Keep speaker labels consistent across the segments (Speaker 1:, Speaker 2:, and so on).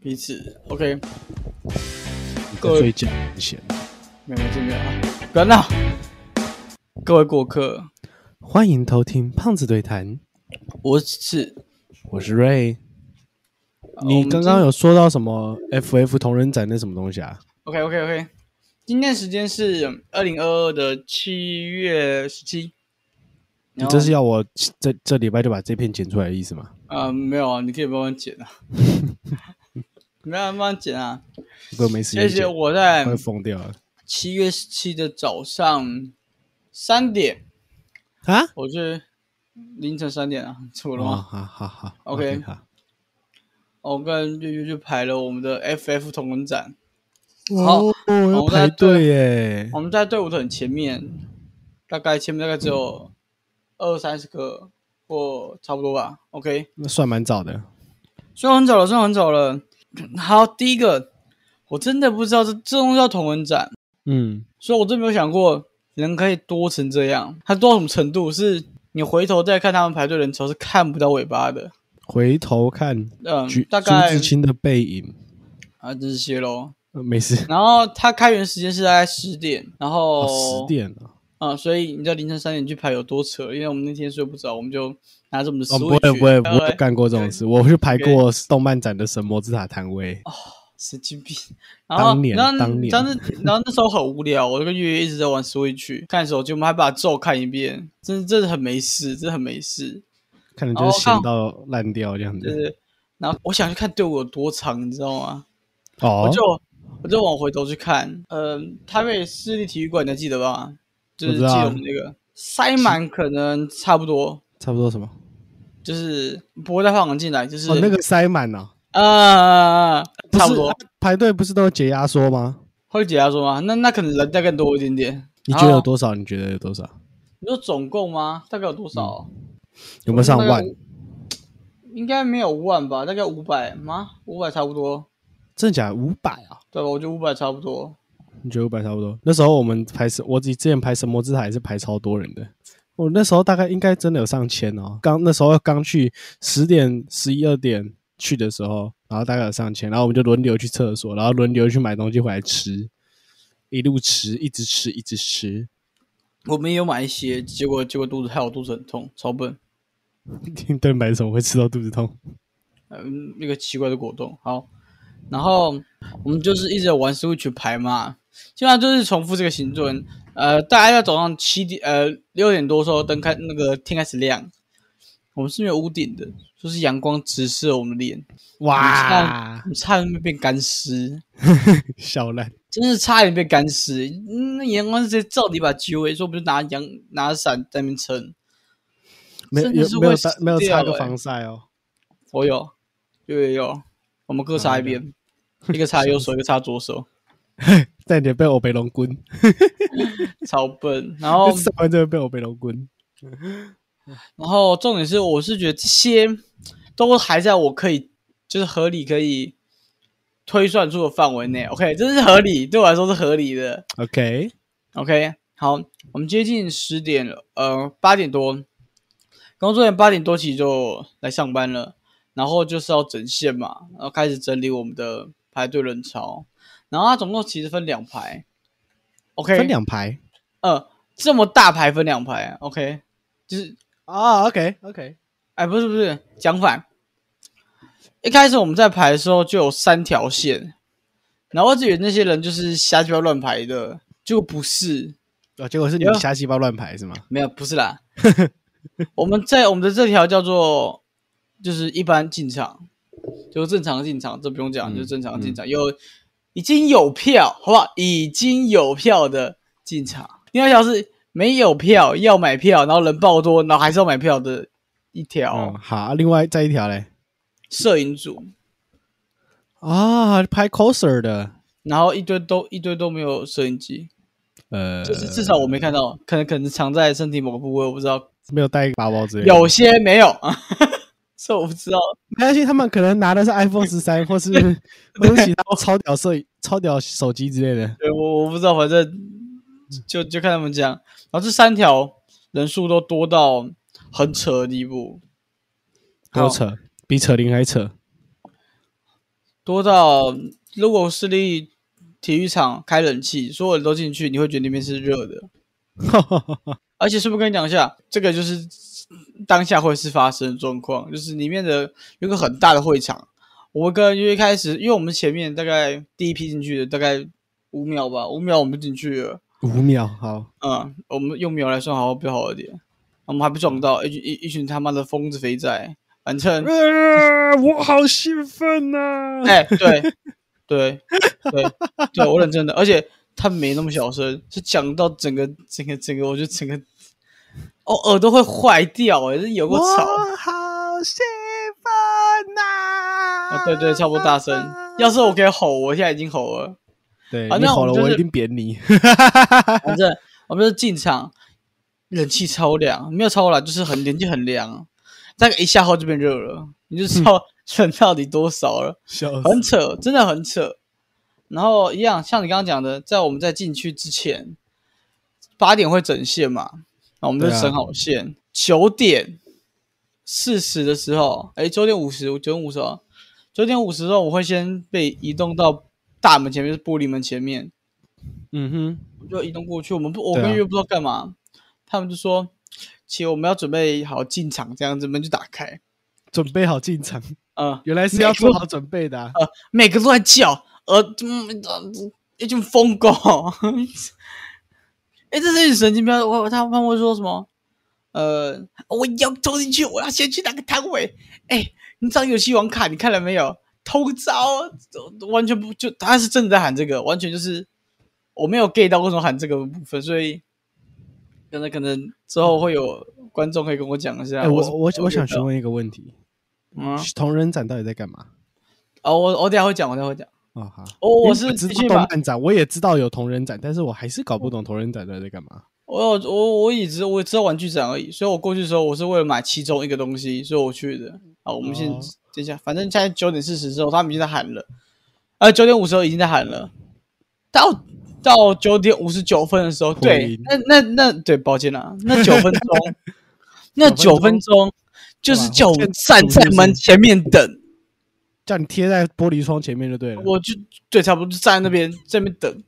Speaker 1: 彼此 OK，各
Speaker 2: 在
Speaker 1: 位
Speaker 2: 睡觉之前，
Speaker 1: 没有这个啊，不要闹！各位过客，
Speaker 2: 欢迎偷听胖子对谈，
Speaker 1: 我是
Speaker 2: 我是 Ray。
Speaker 1: 呃我
Speaker 2: 你
Speaker 1: 们
Speaker 2: 刚
Speaker 1: 今
Speaker 2: 刚有说到什么 FF 同人展那什么东西啊？
Speaker 1: OK OK OK，今天时间是二零二二的七月十七。
Speaker 2: 你
Speaker 1: 然后
Speaker 2: 这是要我这这礼拜就把这片剪出来的意思吗？
Speaker 1: 呃没有啊，你可以帮我剪啊， 没有啊帮我剪啊。
Speaker 2: 如果没时
Speaker 1: 谢
Speaker 2: 间
Speaker 1: 谢
Speaker 2: 剪，
Speaker 1: 我在
Speaker 2: 会疯掉了
Speaker 1: 七月十七的早上三点，
Speaker 2: 啊！
Speaker 1: 我是凌晨三点啊，错了
Speaker 2: 哦，
Speaker 1: 吗？
Speaker 2: 好好好
Speaker 1: OK
Speaker 2: 好，
Speaker 1: 哦我跟月月去排了我们的 FF 同人展，好
Speaker 2: 哦，要
Speaker 1: 我们在
Speaker 2: 排队耶
Speaker 1: 我，们在队伍的很前面，大概前面大概只有二三十个或差不多吧。OK，
Speaker 2: 那算蛮早的。
Speaker 1: 虽然很早了，虽然很早了。好，第一个，我真的不知道这这东西叫同文展，
Speaker 2: 嗯，
Speaker 1: 所以我真没有想过人可以多成这样。它多到什么程度？是你回头再看他们排队人潮是看不到尾巴的。
Speaker 2: 回头看
Speaker 1: 嗯
Speaker 2: 橘，
Speaker 1: 大
Speaker 2: 朱
Speaker 1: 概
Speaker 2: 自清的背影，
Speaker 1: 啊这些咯。
Speaker 2: 呃没事，
Speaker 1: 然后它开园时间是大概十点，然后
Speaker 2: 哦十点了。
Speaker 1: 啊、所以你在凌晨三点去排有多扯？因为我们那天睡不着，我们就拿着我们的
Speaker 2: 哦，
Speaker 1: Switch，、
Speaker 2: 不会不会，
Speaker 1: 然后
Speaker 2: 我有干过这种事，我去排过动漫展的神魔之塔摊位，
Speaker 1: 神经病。然后，
Speaker 2: 当年
Speaker 1: 然后，
Speaker 2: 当年
Speaker 1: 然后那，然后那时候很无聊，我就跟月月一直在玩 Switch，看手机，我们还把咒看一遍，真的真的很没事，真的很没事。
Speaker 2: 看着就
Speaker 1: 哦
Speaker 2: 是闲
Speaker 1: 看
Speaker 2: 到烂掉这样
Speaker 1: 就
Speaker 2: 子。
Speaker 1: 是，然后我想去看队伍有多长，你知道吗？
Speaker 2: 哦
Speaker 1: 我，就我就往回头去看，嗯、台北市立体育馆你还记得吧？就是
Speaker 2: 我
Speaker 1: 记
Speaker 2: 知道啊
Speaker 1: 得我们那个塞满，可能差不多，
Speaker 2: 差不多什么？
Speaker 1: 就是不会再放人进来，就是、
Speaker 2: 哦，那个塞满了，
Speaker 1: 呃，
Speaker 2: 不
Speaker 1: 差
Speaker 2: 是
Speaker 1: 不
Speaker 2: 啊
Speaker 1: 多。
Speaker 2: 排队不是都有解压缩吗？
Speaker 1: 会解压说吗？那那可能人再更多一点点。
Speaker 2: 你觉得
Speaker 1: 然
Speaker 2: 有
Speaker 1: 后
Speaker 2: 多少？你觉得有多少？
Speaker 1: 你说总共吗？大概有多少啊？
Speaker 2: 有没有上万？
Speaker 1: 应该没有万吧，大概五百吗？五百差不多，
Speaker 2: 真的假的？五百啊？
Speaker 1: 对吧？我觉得五百差不多。
Speaker 2: 你觉得五百差不多？那时候我们排神，我自己之前排神魔之塔也是排超多人的。我那时候大概应该真的有上千哦。刚那时候刚去十点、十一二点去的时候，然后大概有上千，然后我们就轮流去厕所，然后轮流去买东西回来吃，一路吃，一直吃，一直吃。
Speaker 1: 我们也有买一些，结果结果肚子害我肚子很痛，超笨。
Speaker 2: 对，买什么会吃到肚子痛？
Speaker 1: 嗯，那个奇怪的果冻。好，然后我们就是一直有玩 Switch 牌嘛，基本上就是重复这个行程。呃，大概在早上七点，呃六点多的时候灯开，那个天开始亮。我们是没有屋顶的，就是阳光直射我们的脸，
Speaker 2: 哇
Speaker 1: 我，们差点变干尸。
Speaker 2: 笑烂！
Speaker 1: 真是差点被干死。嗯那阳光是直接照你把揪诶，说不就拿阳拿伞在那边撑。
Speaker 2: 没有
Speaker 1: 真的是
Speaker 2: 没有
Speaker 1: 会
Speaker 2: 搭
Speaker 1: 死
Speaker 2: 没有
Speaker 1: 掉
Speaker 2: 擦个
Speaker 1: 欸
Speaker 2: 防晒哦。
Speaker 1: 我有，有有有，我们各擦一边，一个擦右手，一个擦左手，
Speaker 2: 但你被我被龙滚，
Speaker 1: 超笨。然 后，
Speaker 2: 上完之后被我被龙滚。
Speaker 1: 然后重点是，我是觉得这些都还在我可以就是合理可以推算出的范围内。OK，这是合理，对我来说是合理的。
Speaker 2: OK，
Speaker 1: OK，好，我们接近十点了，呃，八点多，工作人员八点多起就来上班了，然后就是要整线嘛，然后开始整理我们的排队人潮，然后它总共其实分两排，OK，
Speaker 2: 分，两排。
Speaker 1: 呃，这么大排分两排，OK，就是，
Speaker 2: 啊，OK，OK、o k OK，
Speaker 1: 哎，不是不是，讲反，一开始我们在排的时候就有三条线，然后我只以为那些人就是瞎鸡巴乱排的，结果不是，
Speaker 2: 哦，结果是你
Speaker 1: 有
Speaker 2: 瞎鸡巴乱排是吗？
Speaker 1: 没有，不是 啦。我们在我们的这条叫做就是一般进场，就是正常进场，这不用讲，
Speaker 2: 嗯
Speaker 1: 就是正常进场。有已经有票，好不好？已经有票的进场。另外一条是没有票要买票，然后人爆多，然后还是要买票的一条
Speaker 2: 嗯，。好，啊另外再一条嘞，
Speaker 1: 摄影组，
Speaker 2: 啊，拍 coser 的，
Speaker 1: 然后一堆都一堆都没有摄影机，
Speaker 2: 呃，
Speaker 1: 就是至少我没看到，可能可能藏在身体某个部位，我不知道。
Speaker 2: 没有带包包之类的。，
Speaker 1: 有些没有， 这我不知道。
Speaker 2: 没关系，他们可能拿的是 iPhone 十三，或是或是其他超屌摄影、超屌手机之类的。
Speaker 1: 对我我不知道，反正就就看他们讲。然后这三条人数都多到很扯的地步，
Speaker 2: 多扯，比扯铃还扯。
Speaker 1: 多到如果市立体育场开冷气，所有人都进去，你会觉得那边是热的。而且顺便跟你讲一下，这个就是当下会是发生的状况，就是里面的有个很大的会场，我跟因为一开始，因为我们前面大概第一批进去的大概五秒吧，五秒我们就进去了，
Speaker 2: 五秒，好，
Speaker 1: 嗯，我们用秒来算好像比较好一点，我们还被撞到一群一一群他妈的疯子肥仔，反正
Speaker 2: 呃，我好兴奋呐、
Speaker 1: 哎、对，对，对，对，我认真的，而且他没那么小声，是讲到整个、整个、整个，我觉得整个，哦，耳朵会坏掉、哎，这有个吵，
Speaker 2: 好兴奋呐、啊
Speaker 1: 啊，对啊对，差不多大声。要是我可以吼，我现在已经吼 了。
Speaker 2: 对、
Speaker 1: 啊
Speaker 2: 你
Speaker 1: 那
Speaker 2: 好
Speaker 1: 我
Speaker 2: 了，
Speaker 1: 们就
Speaker 2: 我
Speaker 1: 是
Speaker 2: 一定扁你。
Speaker 1: 反正我们就进场，冷气超凉，没有超冷，就是很天气很凉，啊大概一下后就变热了，你就知道 冷到底多少了。
Speaker 2: 笑死！
Speaker 1: 很扯，真的很扯。然后一样，像你刚刚讲的，在我们在进去之前，八点会整线嘛，那我们就
Speaker 2: 对啊
Speaker 1: 整好线。九、点四十的时候，哎，九点五十，九点五十啊，九点五十的时候，我会先被移动到大门前面，就是玻璃门前面，
Speaker 2: 嗯哼，
Speaker 1: 我就移动过去。我们不，我
Speaker 2: 对啊
Speaker 1: 跟月不知道干嘛，他们就说，其实我们要准备好进场，这样子门就打开。
Speaker 2: 准备好进场，
Speaker 1: 嗯、
Speaker 2: 原来是要做好准备的啊、
Speaker 1: 每个都在叫，呃，嗯，呃一群疯狗。 哎、这是一群神经病！我他他们会说什么？呃，我要偷进去，我要先去哪个摊位？哎、你找游戏王卡，你看了没有？偷招，完全不就他是真的在喊这个，完全就是我没有 get 到为什么喊这个部分，所以可能可能之后会有观众可以啊跟我讲一下。
Speaker 2: 哎、我我我想询
Speaker 1: 说，
Speaker 2: 问一个问题：
Speaker 1: 嗯，
Speaker 2: 同人展到底在干嘛？
Speaker 1: 哦，我我等一下会讲，我等一下会讲。
Speaker 2: 哦，好，
Speaker 1: 哦，我
Speaker 2: 因为
Speaker 1: 是
Speaker 2: 知
Speaker 1: 继
Speaker 2: 道
Speaker 1: 续
Speaker 2: 动
Speaker 1: 把
Speaker 2: 漫展，我也知道有同人展，但是我还是搞不懂同人展到底在干嘛。
Speaker 1: 我有我我也只我只知道玩具展而已，所以我过去的时候我是为了买其中一个东西，所以我去的。好，我们先
Speaker 2: 哦
Speaker 1: 等一下，反正现在九点四十之后他们已经在喊了，呃，九点五十已经在喊了，到到九点五十九分的时候，
Speaker 2: 破
Speaker 1: 对
Speaker 2: 音，
Speaker 1: 那那那对，抱歉啦，那九分钟，那
Speaker 2: 九
Speaker 1: 九
Speaker 2: 分
Speaker 1: 分钟就是叫我
Speaker 2: 哇我
Speaker 1: 们站
Speaker 2: 见
Speaker 1: 在门前面等。
Speaker 2: 叫你贴在玻璃窗前面就对了。
Speaker 1: 我就对，差不多就站在那边，在那边等。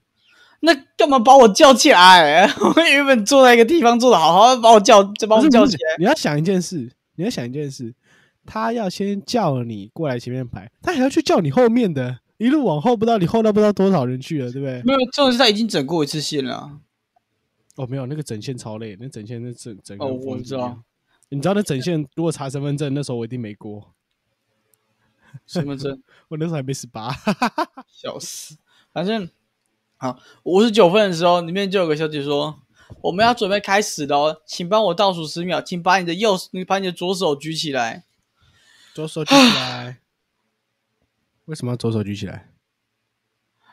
Speaker 1: 那干嘛把我叫起来？ 我原本坐在一个地方坐的好好的，把我叫，再把
Speaker 2: 不
Speaker 1: 我
Speaker 2: 是
Speaker 1: 叫
Speaker 2: 不
Speaker 1: 起
Speaker 2: 是
Speaker 1: 来。
Speaker 2: 你要想一件事，你要想一件事，他要先叫你过来前面排，他还要去叫你后面的，一路往后，不知道你后到不知道多少人去了，对不对？
Speaker 1: 没有，重点是他已经整过一次线了。
Speaker 2: 哦，没有，那个整线超累，那整线那整整个
Speaker 1: 哦
Speaker 2: 疯
Speaker 1: 我
Speaker 2: 子
Speaker 1: 知
Speaker 2: 一
Speaker 1: 道
Speaker 2: 样。你知道那整线如果查身份证，那时候我一定没过，
Speaker 1: 身份证，
Speaker 2: 我那时候还没十八。
Speaker 1: 笑死。反正好，五十九分的时候，里面就有个小姐说：“我们要准备开始了哦，请帮我倒数十秒，请把你的右，你把你的左手举起来。
Speaker 2: 左手举起来。 为什么要左手举起来？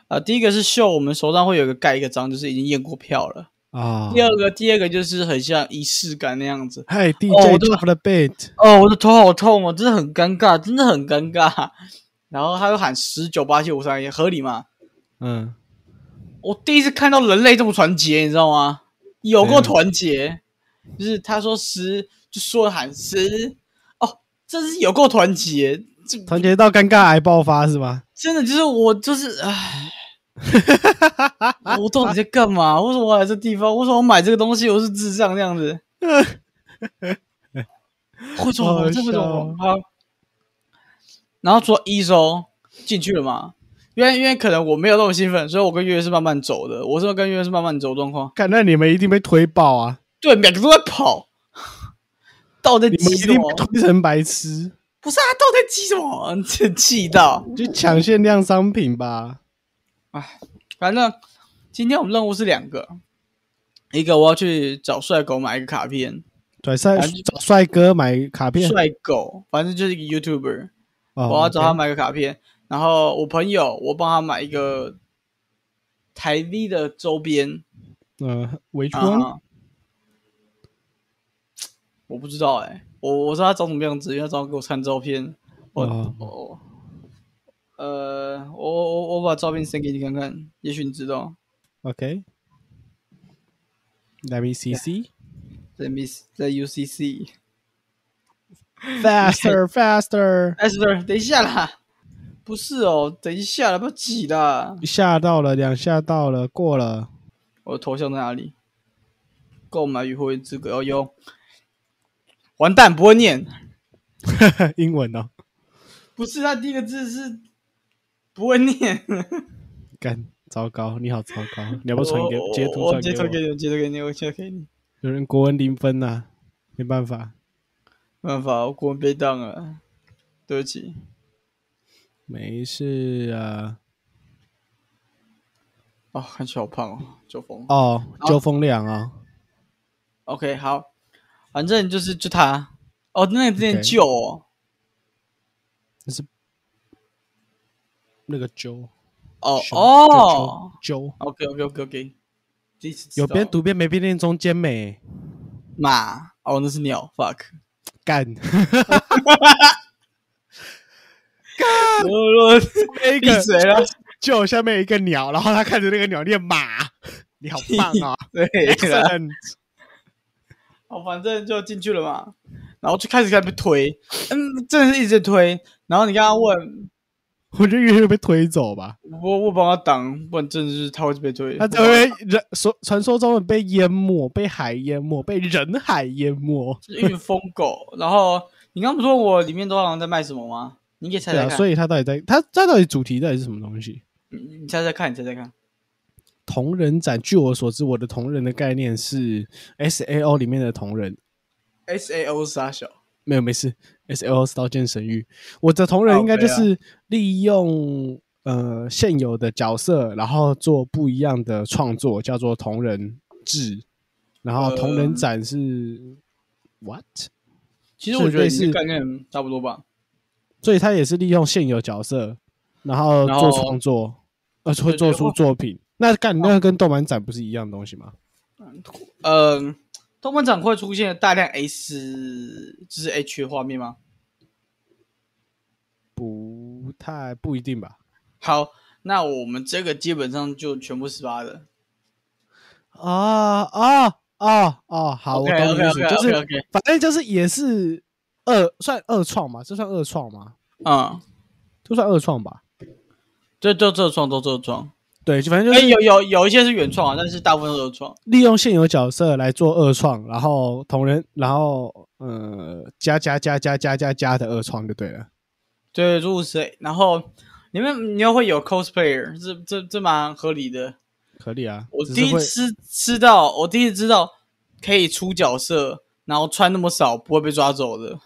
Speaker 1: 啊，第一个是秀，我们手上会有一个盖一个章，就是已经验过票了。
Speaker 2: 啊、
Speaker 1: 第二个，第二个就是很像仪式感那样子，
Speaker 2: 嗨
Speaker 1: 哦我
Speaker 2: DJ
Speaker 1: 都
Speaker 2: drop the beat，
Speaker 1: 哦，我的头好痛哦，真的很尴尬，真的很尴尬。 然后他又喊十九八七五三，也合理嘛？
Speaker 2: 嗯，
Speaker 1: 我第一次看到人类这么团结，你知道吗？有
Speaker 2: 怎
Speaker 1: 够
Speaker 2: 样
Speaker 1: 团结，就是他说十，就说喊十，哦，这是有够团结，这
Speaker 2: 团结到尴尬癌爆发是吗？
Speaker 1: 真的就是我就是 唉，我到底在干嘛？为什么我来这地方？为什么我买这个东西？我是智障这样 子？会装
Speaker 2: 好
Speaker 1: 红，这会装红啊！好然后做一周进去了嘛？因为因为可能我没有那么兴奋，所以我跟月月是慢慢走的。我是跟月月是慢慢走的状况。
Speaker 2: 看，那你们一定被推爆啊！
Speaker 1: 对，两个都在跑，到底在
Speaker 2: 你们
Speaker 1: 急
Speaker 2: 一
Speaker 1: 什
Speaker 2: 定
Speaker 1: 么
Speaker 2: 被？推成白痴，
Speaker 1: 不是啊，到底在急什么？真气到。
Speaker 2: 就抢限量商品吧。
Speaker 1: 反正今天我们任务是两个，一个我要去找帅狗买一个卡片，
Speaker 2: 拽帅
Speaker 1: 反正
Speaker 2: 找帅哥买卡片，
Speaker 1: 帅狗反正就是一个 YouTuber，、
Speaker 2: 哦
Speaker 1: 我要找他
Speaker 2: OK
Speaker 1: 买个卡片。然后我朋友，我帮他买一个台 V 的周边
Speaker 2: 呃伪装，
Speaker 1: 啊，我不知道哎、我我知道他长什么样子，因为他早上给我看照片，我、
Speaker 2: 哦
Speaker 1: 我呃，我我我把照片先给你看看，也许你知道。
Speaker 2: OK。Let me see see
Speaker 1: 在 Miss 在 UCC。
Speaker 2: faster faster，
Speaker 1: 哎艾斯特，等一下啦，不是哦，等一下了，不要挤啦。
Speaker 2: 一下到了，两下到了，过了，
Speaker 1: 我的头像在哪里？购买与会员资格哦有。完蛋，不会念。
Speaker 2: 英文哦，
Speaker 1: 不是，它第一个字是不会念。
Speaker 2: 干，糟糕，你好糟糕， 你要
Speaker 1: 我
Speaker 2: 不要传给
Speaker 1: 我
Speaker 2: 截图
Speaker 1: 我
Speaker 2: 传
Speaker 1: 截图给
Speaker 2: 给我？
Speaker 1: 你，截图给你，我截图给你。
Speaker 2: 有人国文零分呐、没办法，
Speaker 1: 没办法，我国文被当了，对不起。
Speaker 2: 没事啊。
Speaker 1: 哦，看起来好胖哦，九峰。
Speaker 2: 哦，九峰亮啊、
Speaker 1: OK，好，反正就是就他。哦，那个之前
Speaker 2: OK
Speaker 1: 旧哦。
Speaker 2: 那个九
Speaker 1: 哦
Speaker 2: 熊
Speaker 1: 哦。
Speaker 2: 九
Speaker 1: OK OK OK OK。第一次知
Speaker 2: 有
Speaker 1: 道
Speaker 2: 边读边没边念中间没
Speaker 1: 马哦，那是鸟 fuck。
Speaker 2: 干，呃
Speaker 1: 我我
Speaker 2: 那
Speaker 1: 闭
Speaker 2: 个
Speaker 1: 嘴了，
Speaker 2: 就下面有一个鸟，然后他看着那个鸟念 马，你好棒啊、
Speaker 1: 对了。
Speaker 2: Excellent
Speaker 1: 哦，反正就进去了嘛，然后就开始开始被推，嗯，真的是一直推。然后你刚刚问
Speaker 2: 我觉得月月被推走吧，
Speaker 1: 我，我帮他挡，不然真的是他会被推。
Speaker 2: 他就会人所传说中的被淹没，被海淹没，被人海淹没。
Speaker 1: 就是一群疯狗。然后你刚不是问我里面都好像在卖什么吗？你可以猜
Speaker 2: 对
Speaker 1: 猜
Speaker 2: 啊，
Speaker 1: 看，
Speaker 2: 所以他到底在他他到底主题到底是什么东西？
Speaker 1: 嗯你你猜猜看，你猜猜看。
Speaker 2: 同人展，据我所知，我的同人的概念是 S A O 里面的同人，
Speaker 1: S A O 傻小，
Speaker 2: 没有没事，S L 是刀剑神域。我的同人应该就是利用、呃现有的角色，然后做不一样的创作，叫做同人志。然后同人展是、what？
Speaker 1: 其实
Speaker 2: 是
Speaker 1: 我觉得
Speaker 2: 类
Speaker 1: 你的
Speaker 2: 似
Speaker 1: 概念差不多吧。
Speaker 2: 所以他也是利用现有角色，然后
Speaker 1: 然
Speaker 2: 做
Speaker 1: 后
Speaker 2: 创作，呃，会
Speaker 1: 对
Speaker 2: 做
Speaker 1: 对
Speaker 2: 出
Speaker 1: 我
Speaker 2: 作品。那干那跟动漫展不是一样的东西吗？
Speaker 1: 嗯，动漫展会出现大量 S 就是 H 的画面吗？
Speaker 2: 不太不一定吧。
Speaker 1: 好，那我们这个基本上就全部十八的。
Speaker 2: 啊啊啊啊！好，我
Speaker 1: OK
Speaker 2: 懂你
Speaker 1: OK
Speaker 2: 意思，
Speaker 1: OK
Speaker 2: 就是
Speaker 1: OK OK，
Speaker 2: 反正就是也是二算二创嘛，这算二创嘛，
Speaker 1: 嗯，
Speaker 2: 这算二创吧？
Speaker 1: 这这这创都这创，
Speaker 2: 对，就反正
Speaker 1: 哎、
Speaker 2: 就是
Speaker 1: 有有有一些是原创啊，但是大部分都是创。
Speaker 2: 利用现有角色来做二创，然后同人，然后呃加加加加加加加的二创就对了。
Speaker 1: 对，如此，然后你们你又会有 cosplayer，这这这蛮合理的。
Speaker 2: 合理啊，
Speaker 1: 我
Speaker 2: 只
Speaker 1: 第
Speaker 2: 是
Speaker 1: 一
Speaker 2: 会
Speaker 1: 次知道，我第一次知道可以出角色，然后穿那么少不会被抓走 的。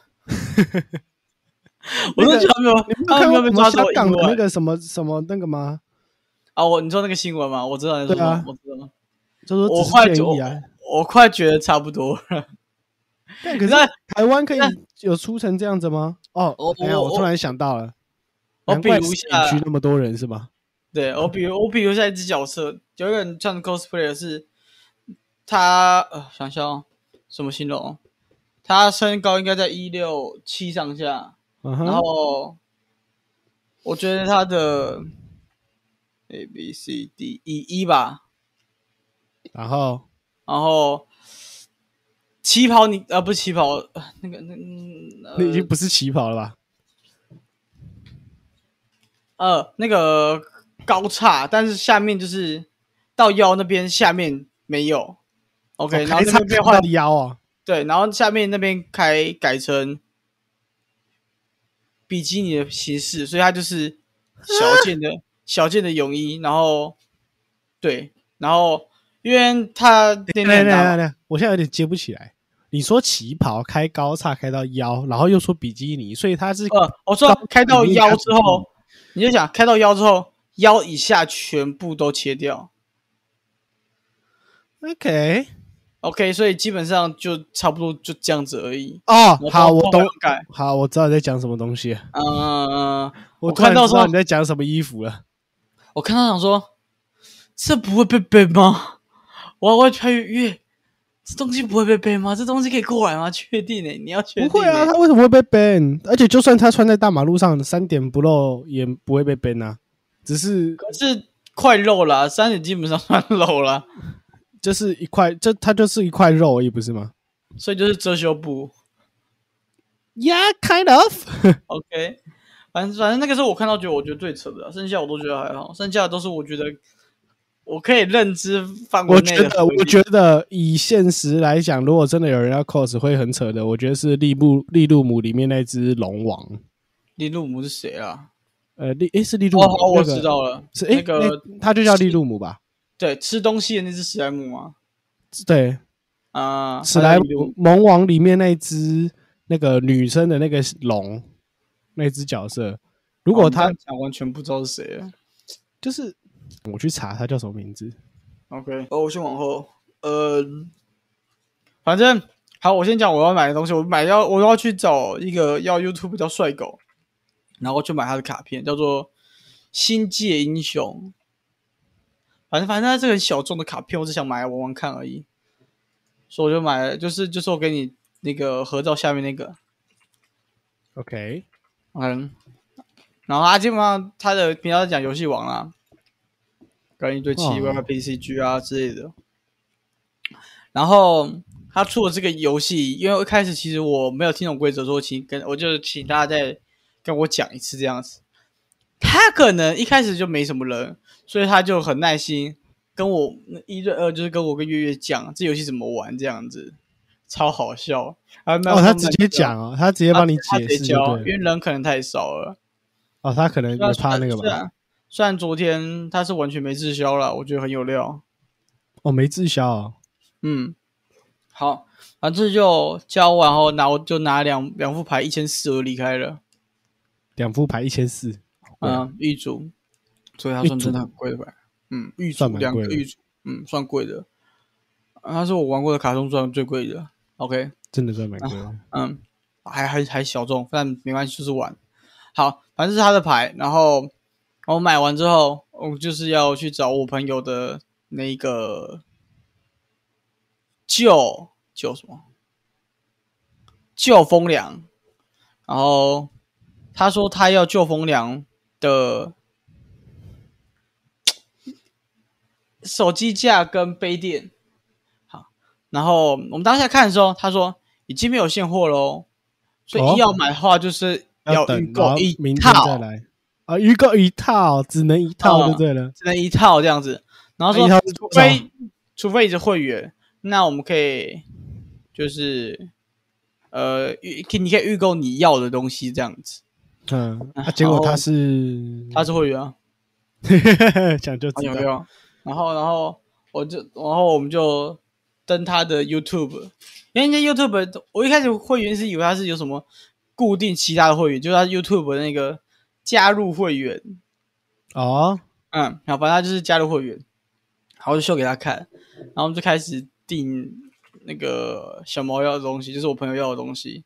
Speaker 1: 我都觉得他没有
Speaker 2: 你，没有
Speaker 1: 他
Speaker 2: 看
Speaker 1: 没有
Speaker 2: 过
Speaker 1: 被
Speaker 2: 我们
Speaker 1: 抓
Speaker 2: 香
Speaker 1: 走的
Speaker 2: 港
Speaker 1: 意
Speaker 2: 的那
Speaker 1: 外
Speaker 2: 个什么什么那个吗？
Speaker 1: 啊！我你说那个新闻吗？我知道你说什
Speaker 2: 对啊
Speaker 1: 么，我知道。
Speaker 2: 就
Speaker 1: 我
Speaker 2: 说
Speaker 1: 快
Speaker 2: 只是
Speaker 1: 觉
Speaker 2: 建议啊，
Speaker 1: 我我快觉得差不多了。
Speaker 2: 但可
Speaker 1: 你
Speaker 2: 是
Speaker 1: 知道
Speaker 2: 台湾可以
Speaker 1: 那
Speaker 2: 有出成这样子吗？哦
Speaker 1: 我，
Speaker 2: 哎呀，
Speaker 1: 我
Speaker 2: 我突然想到了，
Speaker 1: 我
Speaker 2: 难怪
Speaker 1: 比如
Speaker 2: 市
Speaker 1: 下
Speaker 2: 区那么多人是吧？
Speaker 1: 对我比如我比如下一只角色，有一个人穿的 cosplayer 是他呃想想哦怎么形容？他身高应该在一六七上下，
Speaker 2: 嗯
Speaker 1: 然
Speaker 2: 哼，
Speaker 1: 后我觉得他的 A B C D E 一吧，
Speaker 2: 然后
Speaker 1: 然后旗袍你啊不是旗袍呃那个那嗯个
Speaker 2: 那已经不是旗袍了吧？
Speaker 1: 呃那个高叉，但是下面就是到腰那边下面没有，OK，、
Speaker 2: 哦
Speaker 1: 然后
Speaker 2: 还
Speaker 1: 那
Speaker 2: 差
Speaker 1: 边变
Speaker 2: 不到
Speaker 1: 换
Speaker 2: 腰啊，
Speaker 1: 对，然后下面那边开改成比基尼的形式，所以它就是小件的、
Speaker 2: 啊
Speaker 1: 小件的泳衣，然后对，然后因为它
Speaker 2: 来
Speaker 1: 练
Speaker 2: 来
Speaker 1: 练
Speaker 2: 来来
Speaker 1: 大嘛，
Speaker 2: 来，我现在有点接不起来。你说旗袍开高叉开到腰，然后又说比基尼，所以它是
Speaker 1: 呃，我说
Speaker 2: 高
Speaker 1: 开到
Speaker 2: 比例
Speaker 1: 腰
Speaker 2: 加
Speaker 1: 之后，
Speaker 2: 嗯
Speaker 1: 你就想开到腰之后，腰以下全部都切掉
Speaker 2: OK
Speaker 1: ，OK，所以基本上就差不多就这样子而已。
Speaker 2: 哦
Speaker 1: 然后，
Speaker 2: 好，我
Speaker 1: 后
Speaker 2: 懂
Speaker 1: 面，改，
Speaker 2: 好，我知道你在讲什么东西。
Speaker 1: 嗯、
Speaker 2: 我
Speaker 1: 我
Speaker 2: 突然
Speaker 1: 看到
Speaker 2: 知道
Speaker 1: 说
Speaker 2: 你在讲什么衣服了。
Speaker 1: 我看到想说，这不会被背吗？我我穿越越，这东西不会被背吗？这东西可以过来吗？ 确定呢、你要确定、
Speaker 2: 不会啊，他，为什么会被 ban？而且就算他穿在大马路上，三点不露也不会被 ban 啊。只是
Speaker 1: 可是快漏了、啊三点基本上算漏了，啊
Speaker 2: 就是一块，这它就是一块肉而已，不是吗
Speaker 1: 所以就是遮羞布。
Speaker 2: ？Yeah, kind of 。
Speaker 1: OK，反正反正那个时候我看到觉得我觉得最扯的啊，剩下我都觉得还好，剩下的都是我觉得我可以认知范围
Speaker 2: 我
Speaker 1: 内
Speaker 2: 觉
Speaker 1: 的
Speaker 2: 得，
Speaker 1: 合理。
Speaker 2: 我觉得以现实来讲，如果真的有人要 cos 会很扯的，我觉得是利布利路姆里面那只龙王，
Speaker 1: 利路姆是谁啊？
Speaker 2: 呃，利诶是利路
Speaker 1: 哦，
Speaker 2: 姆，
Speaker 1: 好，我
Speaker 2: 那个
Speaker 1: 知道了，
Speaker 2: 是诶，
Speaker 1: 那个
Speaker 2: 那他就叫利路姆吧？
Speaker 1: 对吃东西的那只史莱姆吗？
Speaker 2: 对，
Speaker 1: 啊，
Speaker 2: 史莱
Speaker 1: 还有利路
Speaker 2: 姆萌王里面那只那个女生的那个龙，那只角色，如
Speaker 1: 哦
Speaker 2: 果
Speaker 1: 你这
Speaker 2: 他
Speaker 1: 样讲完全不知道是谁了。
Speaker 2: 就是我去查他叫什么名字，
Speaker 1: OK，哦，我先往后，呃，反正好，我先讲我要买的东西，我买要我要去找一个要 YouTube 叫帅狗，然后去买他的卡片，叫做《星界英雄》。反正反正它是个很小众的卡片，我只想买来玩玩看而已，所以我就买了，就是就是我给你那个合照下面那个，
Speaker 2: OK，
Speaker 1: 嗯，然后他基本上他的平常在讲游戏王啦，跟一堆奇奇怪怪
Speaker 2: 哦
Speaker 1: PCG 啊之类的。然后他出了这个游戏，因为我一开始其实我没有听懂规则，说请跟我就请大家再跟我讲一次这样子。他可能一开始就没什么人，所以他就很耐心跟我一对二，就是跟我跟月月讲这游戏怎么玩这样子，超好笑。还慢
Speaker 2: 哦，
Speaker 1: 慢
Speaker 2: 他直接
Speaker 1: 慢慢
Speaker 2: 讲哦，他直接帮你
Speaker 1: 啊他
Speaker 2: 解
Speaker 1: 直
Speaker 2: 释
Speaker 1: 接教，因
Speaker 2: 对
Speaker 1: 为人可能太少了。
Speaker 2: 哦，他可能
Speaker 1: 虽然
Speaker 2: 也怕那
Speaker 1: 虽
Speaker 2: 个吧，
Speaker 1: 然啊虽然昨天他是完全没滞销了，我觉得很有料。
Speaker 2: 哦，没滞销哦，
Speaker 1: 嗯，好，反正就交完后，拿我就拿两两副牌一千四，我就离开了。
Speaker 2: 两副牌一千四，对啊
Speaker 1: 嗯，玉竹，所以它
Speaker 2: 玉
Speaker 1: 算真
Speaker 2: 竹
Speaker 1: 的很贵的牌。嗯，玉竹
Speaker 2: 算蛮
Speaker 1: 两个
Speaker 2: 贵的
Speaker 1: 玉竹，嗯，算贵的。啊它是我玩过的卡通中最贵的。OK，
Speaker 2: 真的真的蛮贵的。
Speaker 1: 嗯，还还还小众，但没关系，就是玩。好，反正是他的牌，然后我买完之后，我就是要去找我朋友的那个旧旧什么旧风凉，然后他说他要旧风凉的手机架跟杯垫。然后我们当下看的时候，他说已经没有现货喽，所
Speaker 2: 哦
Speaker 1: 以要买的话就是
Speaker 2: 要等
Speaker 1: 预购
Speaker 2: 然后
Speaker 1: 一
Speaker 2: 明天
Speaker 1: 套
Speaker 2: 再，来啊，预购一套，只能一套
Speaker 1: 哦
Speaker 2: 就对了。
Speaker 1: 只能一套这样子。然后
Speaker 2: 那
Speaker 1: 说
Speaker 2: 一套是
Speaker 1: 除
Speaker 2: 多少
Speaker 1: 非除非你是会员，那我们可以就是呃预你可以预购你要的东西这样子。
Speaker 2: 嗯，
Speaker 1: 然
Speaker 2: 啊，
Speaker 1: 后
Speaker 2: 结果他是
Speaker 1: 他是会员啊，
Speaker 2: 想就
Speaker 1: 他
Speaker 2: 嗯知
Speaker 1: 有没
Speaker 2: 道，
Speaker 1: 有？然后然后我就然后我们就登他的 YouTube，因为人家 YouTube 我一开始会员是以为他是有什么固定其他的会员，就是他 YouTube 的那个加入会员，
Speaker 2: 哦，
Speaker 1: 嗯，然后反正他就是加入会员，然后我就秀给他看，然后我们就开始订那个小毛要的东西，就是我朋友要的东西，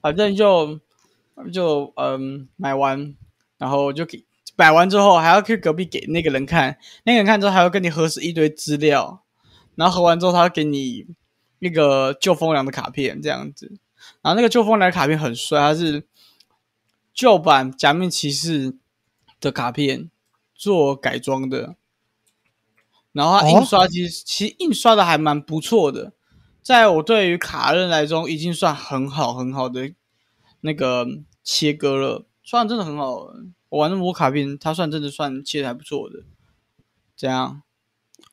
Speaker 1: 反正就就嗯买完，然后就给买完之后还要去隔壁给那个人看，那个人看之后还要跟你核实一堆资料，然后核完之后他会给你那个旧风凉的卡片这样子，然后那个旧风凉的卡片很帅，它是旧版假面骑士的卡片做改装的，然后它印刷其实、其实印刷的还蛮不错的，在我对于卡认来中已经算很好很好的那个切割了，算真的很好了。我玩那么多卡片，它算真的算切的还不错的。怎样？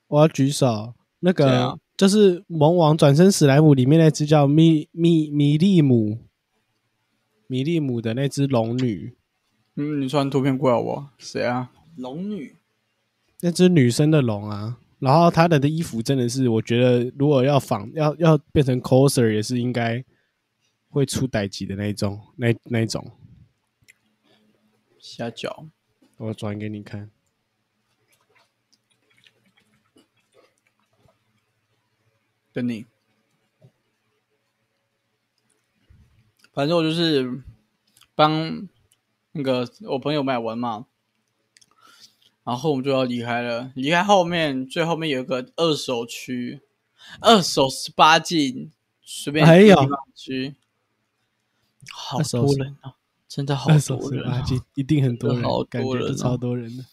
Speaker 2: 我要举手。那
Speaker 1: 对
Speaker 2: 个
Speaker 1: 啊
Speaker 2: 就是《萌王转身史莱姆》里面那只叫米米米利姆，米利姆的那只龙女，
Speaker 1: 嗯，你传图片过来我谁啊？龙女
Speaker 2: 那只女生的龙啊。然后她的的衣服真的是，我觉得如果要仿要要变成 coser，也是应该会出代级的那一种，那那一种。
Speaker 1: 下脚，
Speaker 2: 我转给你看。
Speaker 1: 等你。反正我就是帮那个我朋友买完嘛，然后我们就要离开了。离开后面最后面有一个二手区，二手十八禁，随便
Speaker 2: 哎
Speaker 1: 一个
Speaker 2: 呦
Speaker 1: 地方区，好
Speaker 2: 二手
Speaker 1: 多
Speaker 2: 是
Speaker 1: 人啊，真的好
Speaker 2: 二手
Speaker 1: 多
Speaker 2: 十
Speaker 1: 人、
Speaker 2: 八
Speaker 1: 啊。
Speaker 2: 禁一定很多人，
Speaker 1: 好
Speaker 2: 感
Speaker 1: 多
Speaker 2: 觉
Speaker 1: 人
Speaker 2: 都
Speaker 1: 啊
Speaker 2: 超多人的。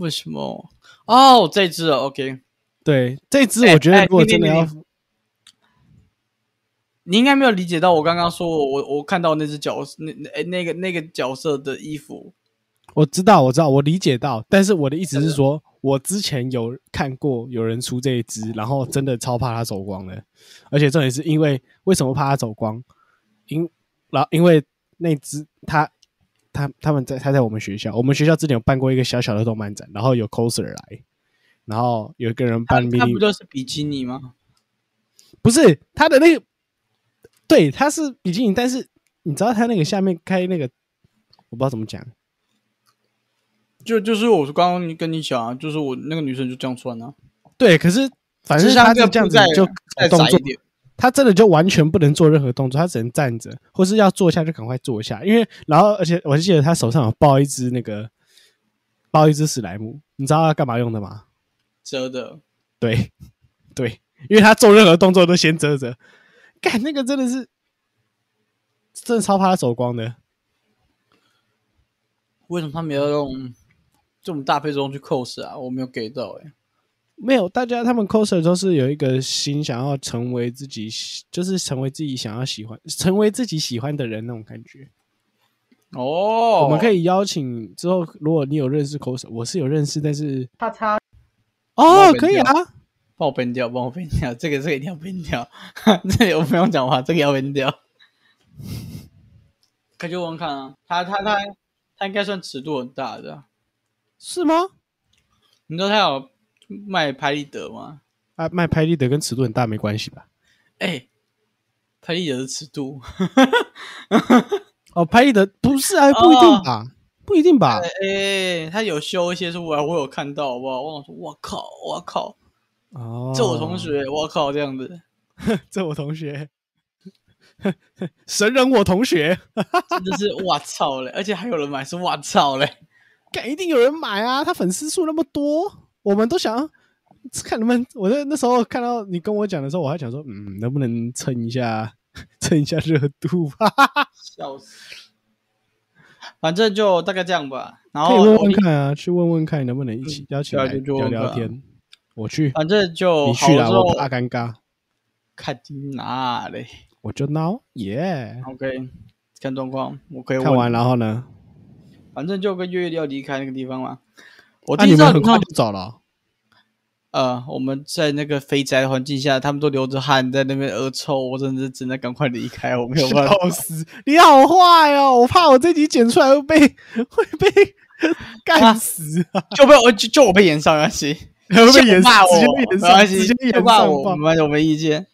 Speaker 1: 为什么？哦，这只哦，OK，
Speaker 2: 对，这只
Speaker 1: 哎
Speaker 2: 我觉
Speaker 1: 哎
Speaker 2: 得如果
Speaker 1: 你
Speaker 2: 真的
Speaker 1: 你
Speaker 2: 要，
Speaker 1: 你应该没有理解到我刚刚说我我我看到那只角色那那诶那个那个角色的衣服，
Speaker 2: 我知道，我知道，我理解到，但是我的意思是说，我之前有看过有人出这一支，然后真的超怕它走光的，而且重点是因为为什么怕它走光？因然后因为那只他他他们在他在我们学校，我们学校之前有办过一个小小的动漫展，然后有 coser 来，然后有一个人
Speaker 1: 它
Speaker 2: 办 mini，
Speaker 1: 它不就是比基尼吗？
Speaker 2: 不是他的那个，对，他是比基尼，但是你知道他那个下面开那个，我不知道怎么讲，
Speaker 1: 就就是我刚刚跟你讲啊，就是我那个女生就这样穿啊，
Speaker 2: 对，可是反正
Speaker 1: 只是它
Speaker 2: 他是
Speaker 1: 这
Speaker 2: 这样子
Speaker 1: 再
Speaker 2: 就
Speaker 1: 再
Speaker 2: 动
Speaker 1: 窄
Speaker 2: 作
Speaker 1: 一，点，
Speaker 2: 他真的就完全不能做任何动作，他只能站着，或是要坐下就赶快坐下，因为然后而且我记得他手上有抱一只那个抱一只史莱姆，你知道他干嘛用的吗？
Speaker 1: 折的。
Speaker 2: 对， 对，因为他做任何动作都先遮着，干那个真的是真的超怕他走光的。
Speaker 1: 为什么他们要用这种搭配中去 cos 啊？我没有给到哎、
Speaker 2: 没有，大家他们 coser 都是有一个心，想要成为自己喜，就是成为自己想要喜欢，成为自己喜欢的人那种感觉。
Speaker 1: 哦，
Speaker 2: 我们可
Speaker 1: 以
Speaker 2: 以邀请之后，如果你有认识 coser，我是有认识，但是
Speaker 3: 他擦
Speaker 1: 帮
Speaker 2: 哦
Speaker 1: 我，
Speaker 2: 可以啊，
Speaker 1: 帮我编掉，帮我编掉，这个这个一定要编掉，这里我不用讲话，这个要编掉。可以去问问看啊，他他他他应该算尺度很大的啊，
Speaker 2: 是吗？
Speaker 1: 你知道他有卖拍立得吗？
Speaker 2: 啊，卖拍立得跟尺度很大没关系吧？
Speaker 1: 哎、拍立得的尺度，
Speaker 2: 哦，拍立得不是啊，不一定吧？
Speaker 1: 哦
Speaker 2: 不一定吧？
Speaker 1: 哎、他有修一些出来，我有看到，好不好？我想说，我靠，我靠，
Speaker 2: 哦，
Speaker 1: 这我同，学，我靠，这样子，
Speaker 2: 这我同学， 神人我同学，
Speaker 1: 真的是哇操嘞！而且还有人买，是哇操嘞！
Speaker 2: 敢一定有人买啊！他粉丝数那么多，我们都想要看能不能。我在那时候看到你跟我讲的时候，我还想说，嗯，能不能蹭一下， 蹭一下热度吧？
Speaker 1: 笑死！反正就大概这样吧。然
Speaker 2: 可以
Speaker 1: 后
Speaker 2: 问
Speaker 1: 我
Speaker 2: 问看啊，去问问看能不能一起邀请
Speaker 1: 对啊
Speaker 2: 来
Speaker 1: 就去
Speaker 2: 聊
Speaker 1: 问
Speaker 2: 聊
Speaker 1: 问看啊
Speaker 2: 天。我去，
Speaker 1: 反正就
Speaker 2: 你
Speaker 1: 好
Speaker 2: 去
Speaker 1: 了
Speaker 2: 啦，
Speaker 1: 之
Speaker 2: 我
Speaker 1: 后
Speaker 2: 怕尴尬，
Speaker 1: 看哪嘞
Speaker 2: 我就闹耶。
Speaker 1: ？OK，看状况，我可以
Speaker 2: 看
Speaker 1: 问
Speaker 2: 完然后呢？
Speaker 1: 反正就跟月月要离开那个地方嘛。我
Speaker 2: 那
Speaker 1: 第一
Speaker 2: 啊你
Speaker 1: 次
Speaker 2: 们
Speaker 1: 看
Speaker 2: 很快就走了哦？
Speaker 1: 呃，我们在那个肥宅环境下，他们都流着汗在那边恶臭，我真的是只能赶快离开，我没有办法。
Speaker 2: 笑死！你好坏哦，我怕我这集剪出来会被会被干死啊！
Speaker 1: 就被我就就我被延上，没关系，
Speaker 2: 会被延
Speaker 1: 就骂
Speaker 2: 上，直
Speaker 1: 我，
Speaker 2: 接被延
Speaker 1: 没
Speaker 2: 上，
Speaker 1: 关
Speaker 2: 直
Speaker 1: 系
Speaker 2: 接，
Speaker 1: 就
Speaker 2: 延
Speaker 1: 骂
Speaker 2: 上
Speaker 1: 我，我
Speaker 2: 吧。
Speaker 1: 们有没意见？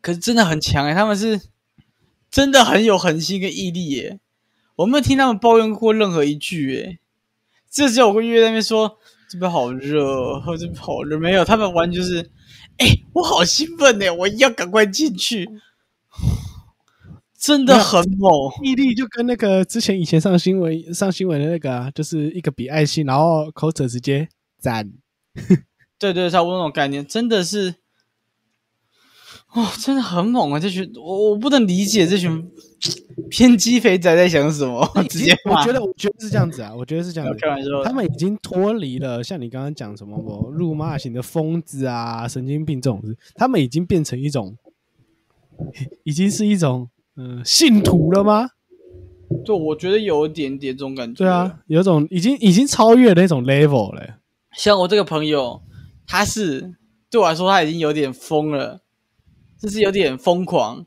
Speaker 1: 可是真的很强哎、他们是真的很有恒心跟毅力耶、我没有听他们抱怨过任何一句哎、这时候我跟月月在那边说这边好热哦，或者好热，没有，他们完全就是，哎、我好兴奋哎、我要赶快进去， 真的很猛。
Speaker 2: 毅力就跟那个之前以前上新闻上新闻的那个啊，就是一个比爱心，然后口者直接赞。
Speaker 1: 对对，差不多那种概念，真的是，哦，真的很猛啊！这群我我不能理解这群偏激肥仔在想什么， 直接
Speaker 2: 哎我
Speaker 1: 骂
Speaker 2: 觉。得，我觉得是这样子啊，我觉得是这样子。
Speaker 1: 开玩笑的，
Speaker 2: 他们已经脱离了像你刚刚讲什么我辱骂型的疯子啊、神经病这种事，他们已经变成一种，已经是一种嗯、呃信徒了吗？
Speaker 1: 对我觉得有一点点这种感觉。
Speaker 2: 对啊，，有一种已经已经超越那种 level 了。
Speaker 1: 像我这个朋友，他是对我来说他已经有点疯了，就是有点疯狂。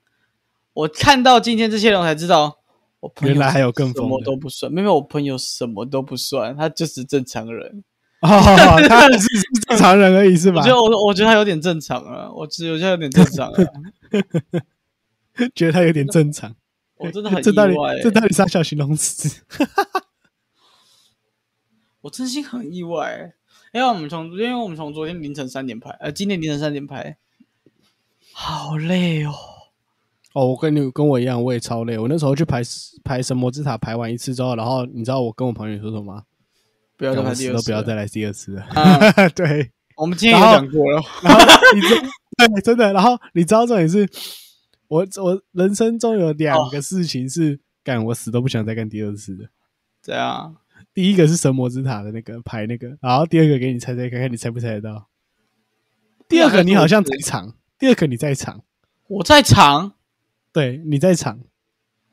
Speaker 1: 我看到今天这些人，我才知道我朋友
Speaker 2: 原来还有更
Speaker 1: 什
Speaker 2: 疯
Speaker 1: 么
Speaker 2: 的
Speaker 1: 都不算，没有没有，我朋友什么都不算，他就是正常人。
Speaker 2: 哦，他只是正常人而已是吧
Speaker 1: 我觉？得我我觉得他有点正常啊，我只我觉得有点正常 啊，
Speaker 2: 觉得他有点正常。
Speaker 1: 我真的很
Speaker 2: 这到底
Speaker 1: 意外欸、
Speaker 2: 这到底啥小形容词？
Speaker 1: 我真心很意外欸、因为我们从因为我们从昨天凌晨三点拍，呃，今天凌晨三点拍，好累哦。
Speaker 2: 哦，我跟你跟我一样，我也超累。我那时候去排排神魔之塔，排完一次之后，然后你知道我跟我朋友说什么吗？
Speaker 1: 不要再
Speaker 2: 干我
Speaker 1: 拍
Speaker 2: 死
Speaker 1: 第二
Speaker 2: 都
Speaker 1: 次
Speaker 2: 不
Speaker 1: 了，
Speaker 2: 要再来第二次了。
Speaker 1: 啊！
Speaker 2: 对，
Speaker 1: 我们今天也
Speaker 2: 然后
Speaker 1: 讲过了，
Speaker 2: 然后你知对真的，然后你知道重点是，我我人生中有两个事情是干我死都不想再干第二次的。
Speaker 1: 这样
Speaker 2: 第一个是神魔之塔的那个排那个，然后第二个给你猜猜看看你猜不猜得到。第二个你好像在场，第二个你在场，
Speaker 1: 我在场，
Speaker 2: 对，你在场，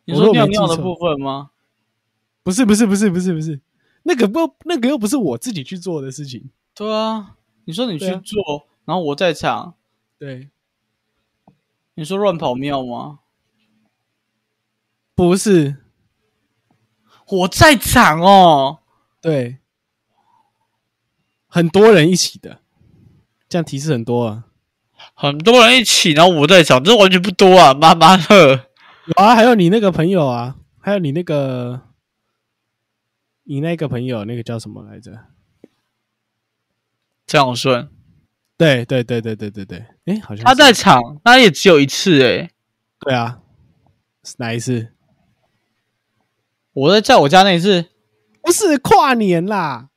Speaker 1: 你说
Speaker 2: 我若没
Speaker 1: 尿尿
Speaker 2: 记
Speaker 1: 的
Speaker 2: 错
Speaker 1: 部分吗？
Speaker 2: 不是不是不是不是不是，那个不那个又不是我自己去做的事情。
Speaker 1: 对啊，你说你去
Speaker 2: 对啊
Speaker 1: 做，然后我在场，
Speaker 2: 对，
Speaker 1: 你说乱跑尿吗？
Speaker 2: 不是，
Speaker 1: 我在场哦，
Speaker 2: 对，很多人一起的，这样提示很多啊。
Speaker 1: 很多人一起，然后我在场，这完全不多啊，妈妈的。
Speaker 2: 有啊，还有你那个朋友啊，还有你那个，你那个朋友，那个叫什么来着？
Speaker 1: 张顺
Speaker 2: 对对对对对对对，哎，好像是
Speaker 1: 他在场，那也只有一次欸诶、
Speaker 2: 对啊，是哪一次？
Speaker 1: 我在在我家那一次，
Speaker 2: 不是跨年啦，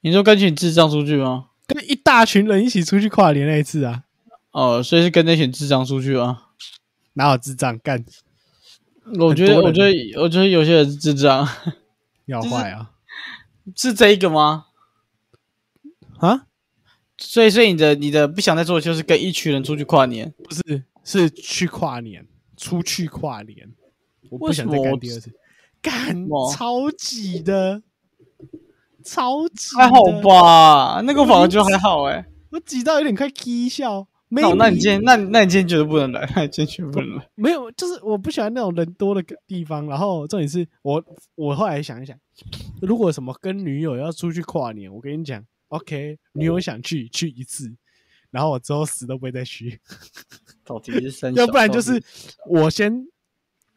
Speaker 1: 你说跟群智障出去吗？
Speaker 2: 跟一大群人一起出去跨年那一次啊，
Speaker 1: 哦，所以是跟那群智障出去啊。
Speaker 2: 哪有智障干
Speaker 1: 我觉得，
Speaker 2: 很多人
Speaker 1: 我觉得，我觉得有些人是智障，
Speaker 2: 要坏啊
Speaker 1: 是这一个吗？
Speaker 2: 啊？
Speaker 1: 所以，所以你的你的不想再做的就是跟一群人出去跨年，
Speaker 2: 不是，是去跨年，出去跨年，我不
Speaker 1: 为
Speaker 2: 想
Speaker 1: 什
Speaker 2: 再
Speaker 1: 么
Speaker 2: 干
Speaker 1: 我
Speaker 2: 第二次，干
Speaker 1: 么
Speaker 2: 超级的，超级
Speaker 1: 还好
Speaker 2: 的？
Speaker 1: 吧？那个反而就还好哎、
Speaker 2: 我挤到有点快踢笑。没
Speaker 1: 那我那你
Speaker 2: 理
Speaker 1: 今天，那你那你今天绝对不能来， 那你今天绝对不能来。
Speaker 2: 没有，就是我不喜欢那种人多的地方。然后重点是我，我后来想一想，如果什么跟女友要出去跨年，我跟你讲，OK，女友想去去一次，然后我之后死都不会再去。
Speaker 1: 到底是三小，
Speaker 2: 要不然
Speaker 1: 到
Speaker 2: 就是
Speaker 1: 底
Speaker 2: 我先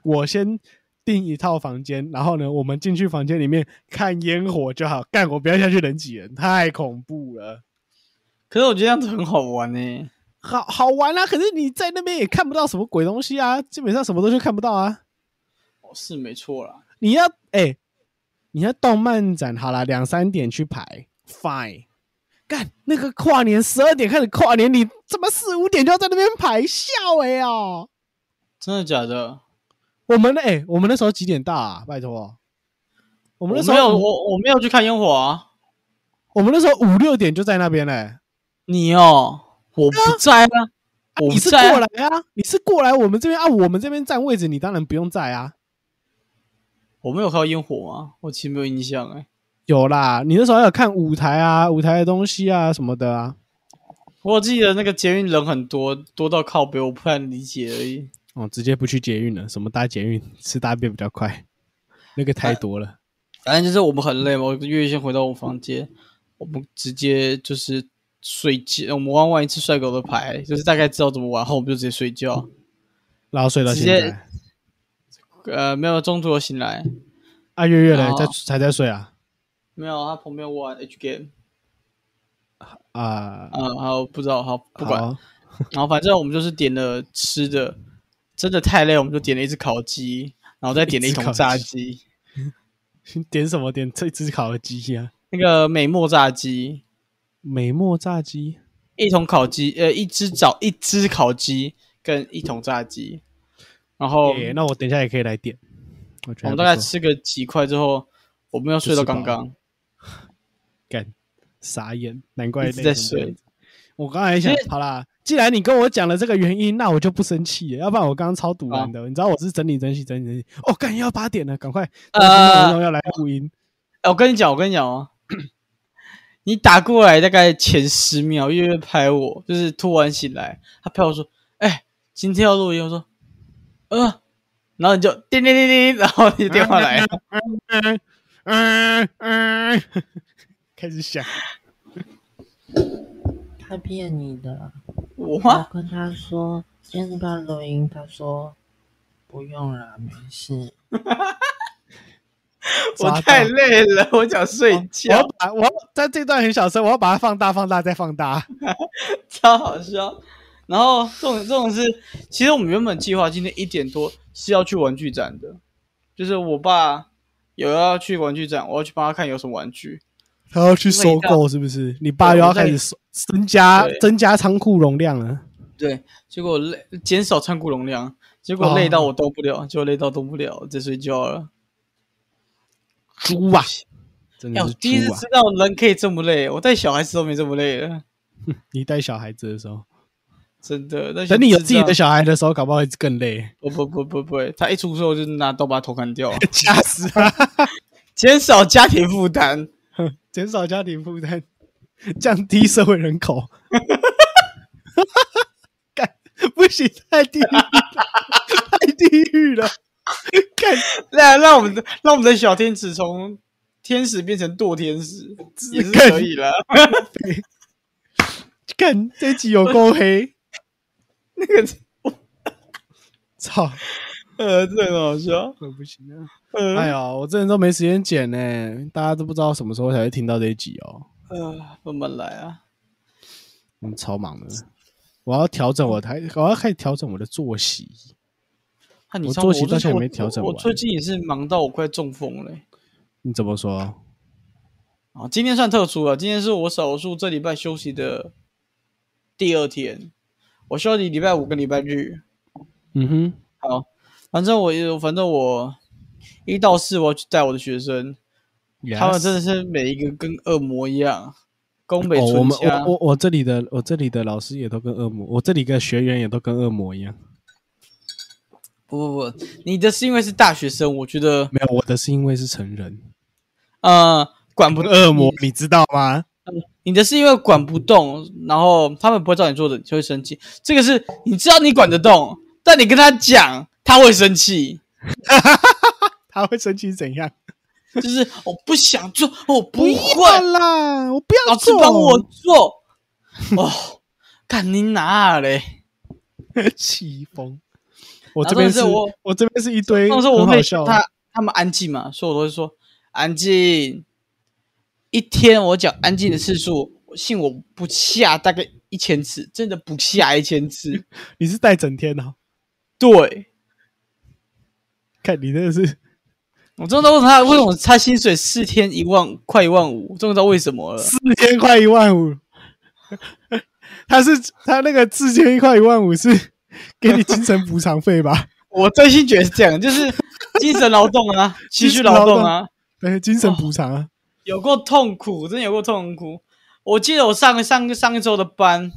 Speaker 2: 我先订一套房间，然后呢，我们进去房间里面看烟火就好。干，我不要下去人挤人，太恐怖了。
Speaker 1: 可是我觉得这样子很好玩欸呢、
Speaker 2: 好好玩啊，可是你在那边也看不到什么鬼东西啊，基本上什么东西都看不到啊。
Speaker 1: 哦，是没错啦。
Speaker 2: 你要哎、你要动漫展好啦，两三点去排，fine。干那个跨年十二点开始跨年，你怎么四五点就要在那边排？笑哎、欸、哦！
Speaker 1: 真的假的？
Speaker 2: 我们哎、我们那时候几点到啊？拜托，我
Speaker 1: 我
Speaker 2: 们那时
Speaker 1: 没有，
Speaker 2: 候五
Speaker 1: 我我没有去看烟火啊。
Speaker 2: 我们那时候五六点就在那边嘞、
Speaker 1: 你哦，我不在啊，
Speaker 2: 啊
Speaker 1: 我
Speaker 2: 你
Speaker 1: 不
Speaker 2: 是过
Speaker 1: 在啊、
Speaker 2: 来啊，你是过来我们这边啊，我们这边占位置，你当然不用在啊。
Speaker 1: 我没有看到烟火吗？我其实没有印象哎、
Speaker 2: 有啦，你那时候还有看舞台啊，舞台的东西啊什么的啊。
Speaker 1: 我记得那个捷运人很多，多到靠北，我不太理解而已。
Speaker 2: 哦，直接不去捷运了，什么搭捷运吃大便比较快， 那个太多了。
Speaker 1: 反正就是我们很累嘛，我越先回到我房间，我们直接就是睡觉。我们玩完一次帅狗的牌，就是大概知道怎么玩，后我们就直接睡觉。
Speaker 2: 然后睡到现
Speaker 1: 直
Speaker 2: 在，
Speaker 1: 呃，没有，中途有醒来，
Speaker 2: 啊月月嘞
Speaker 1: 哦
Speaker 2: 在才在睡啊
Speaker 1: 没有，他旁边玩 H game，
Speaker 2: 啊，
Speaker 1: 嗯，好，不知道，好，不管。
Speaker 2: 好
Speaker 1: 然后反正我们就是点了吃的，真的太累，我们就点了一只烤鸡，然后再点了一
Speaker 2: 一只
Speaker 1: 桶
Speaker 2: 烤鸡
Speaker 1: 炸鸡，
Speaker 2: 点什么点这只烤鸡啊，
Speaker 1: 那个美墨炸鸡，
Speaker 2: 美墨炸鸡，
Speaker 1: 一桶烤鸡，呃，一只早一只烤鸡跟一桶炸鸡，然后
Speaker 2: 耶那我等一下也可以来点。我觉
Speaker 1: 哦我们
Speaker 2: 得
Speaker 1: 大概
Speaker 2: 还不错
Speaker 1: 吃个几块之后，我们要睡到刚刚。
Speaker 2: 干傻眼，难怪
Speaker 1: 一直
Speaker 2: 累
Speaker 1: 在
Speaker 2: 成这样
Speaker 1: 睡
Speaker 2: 子。我刚才想
Speaker 1: 其，
Speaker 2: 好啦，既然你跟我讲了这个原因，那我就不生气了，要不然我刚刚超堵
Speaker 1: 好
Speaker 2: 然的。你知道我是整理整理整理整理，哦，干要八点了，赶快，
Speaker 1: 呃
Speaker 2: 呃，要来录音。
Speaker 1: 哎、我跟你讲，我跟你讲哦，你打过来大概前十秒，月月拍我，就是突然醒来，他拍我说：“哎、今天要录音。”我说：“呃。”然后你就叮叮叮叮，然后你的电话来 了，
Speaker 2: 嗯嗯嗯，开始想，
Speaker 3: 他骗你的。
Speaker 1: 我
Speaker 3: 我
Speaker 2: 哦
Speaker 1: 吗？
Speaker 3: 跟他说今天要不要录音，他说不用了，没事。
Speaker 1: 我太累了，我想睡
Speaker 2: 哦我要
Speaker 1: 觉，
Speaker 2: 把我要在这段很小声，我要把它放大、放大、再 放大。
Speaker 1: 超好笑。然后这种这种是，其实我们原本计划今天一点多是要去玩具展的，就是我爸有要去玩具展，我要去帮他看有什么玩具。
Speaker 2: 他要去收
Speaker 1: 味道
Speaker 2: 购，是不是？你爸又要开始收增加
Speaker 1: 对
Speaker 2: 增加仓库容量了。
Speaker 1: 对，结果累，减少仓库容量，结
Speaker 2: 哦
Speaker 1: 果累到我动不了，结果累到动不了，在睡觉了。
Speaker 2: 猪啊，真
Speaker 1: 哎、
Speaker 2: 的
Speaker 1: 我
Speaker 2: 是
Speaker 1: 第一次
Speaker 2: 猪啊！
Speaker 1: 知道人可以这么累，我带小孩子都没这么累了。
Speaker 2: 你带小孩子的时候，
Speaker 1: 真的。那些
Speaker 2: 等你有
Speaker 1: 智
Speaker 2: 自己的
Speaker 1: 障，
Speaker 2: 小孩的时候，搞不好会更累，
Speaker 1: 不不不不不，他一出生就拿刀把他头砍掉，
Speaker 2: 吓死啊！
Speaker 1: 减少家庭负担。
Speaker 2: 减少家庭负担，降低社会人口。 干不行，太地狱了，太地狱了！干
Speaker 1: 那让我们的让我们的小天使从天使变成堕天使也是可以了。
Speaker 2: 干，这集有够黑，
Speaker 1: 那个
Speaker 2: 操，
Speaker 1: 呃，这很好笑。
Speaker 2: 可不行啊！
Speaker 1: 呃，
Speaker 2: 哎呀，我真的都没时间剪呢，大家都不知道什么时候才会听到这一集哦。
Speaker 1: 呃，慢慢来啊。
Speaker 2: 嗯，超忙的，我要调整我台，我要开始调整我的作息。
Speaker 1: 那你
Speaker 2: 我
Speaker 1: 上
Speaker 2: 作
Speaker 1: 我
Speaker 2: 息
Speaker 1: 最
Speaker 2: 到现在
Speaker 1: 近
Speaker 2: 也没调整
Speaker 1: 我。我
Speaker 2: 完
Speaker 1: 最近也是忙到我快中风了欸、
Speaker 2: 你怎么说？
Speaker 1: 啊，今天算特殊了，今天是我少数这礼拜休息的第二天，我休息礼拜五跟礼拜日。
Speaker 2: 嗯哼，
Speaker 1: 好，反正我反正我一到四我要去带我的学生，他们真的是每一个跟恶魔一样，宫北
Speaker 2: 哦，我
Speaker 1: 纯
Speaker 2: 们
Speaker 1: 家。
Speaker 2: 我我我这里的我这里的老师也都跟恶魔，我这里的学员也都跟恶魔一样。
Speaker 1: 不不不，你的是因为是大学生，我觉得
Speaker 2: 没有，我的是因为是成人
Speaker 1: 呃管不
Speaker 2: 恶魔，你知道吗？
Speaker 1: 你的是因为管不动，然后他们不会照你做的，就会生气。这个是你知道你管得动，但你跟他讲，他会生气。
Speaker 2: 他会生气是怎样？
Speaker 1: 就是我不想做，我不会，
Speaker 2: 啦，我不
Speaker 1: 老师帮我做。哦，干你哪嘞？
Speaker 2: 气疯。我
Speaker 1: 然后
Speaker 2: 这边
Speaker 1: 重点是我
Speaker 2: 我这边是一堆
Speaker 1: 那
Speaker 2: 很
Speaker 1: 时候我
Speaker 2: 好
Speaker 1: 会
Speaker 2: 笑的，
Speaker 1: 他他们安静嘛，所以我都会说安静。一天我讲安静的次数，我信我不下大概一千次，真的不下一千次。
Speaker 2: 你是带整天哦，
Speaker 1: 对
Speaker 2: 看你真的是
Speaker 1: 我真的问他为什么他薪水四天一万快一万五，终于知道为什么了。
Speaker 2: 四千块一万五， 他是他那个四千块一万五是给你精神补偿费吧？
Speaker 1: 我真心觉得是这样，就是精神劳动 啊，情绪
Speaker 2: 精神劳
Speaker 1: 劳动
Speaker 2: 动
Speaker 1: 啊。
Speaker 2: 对，精神补偿啊。
Speaker 1: 有够痛苦，真的有够痛苦。我记得我上上上一周的班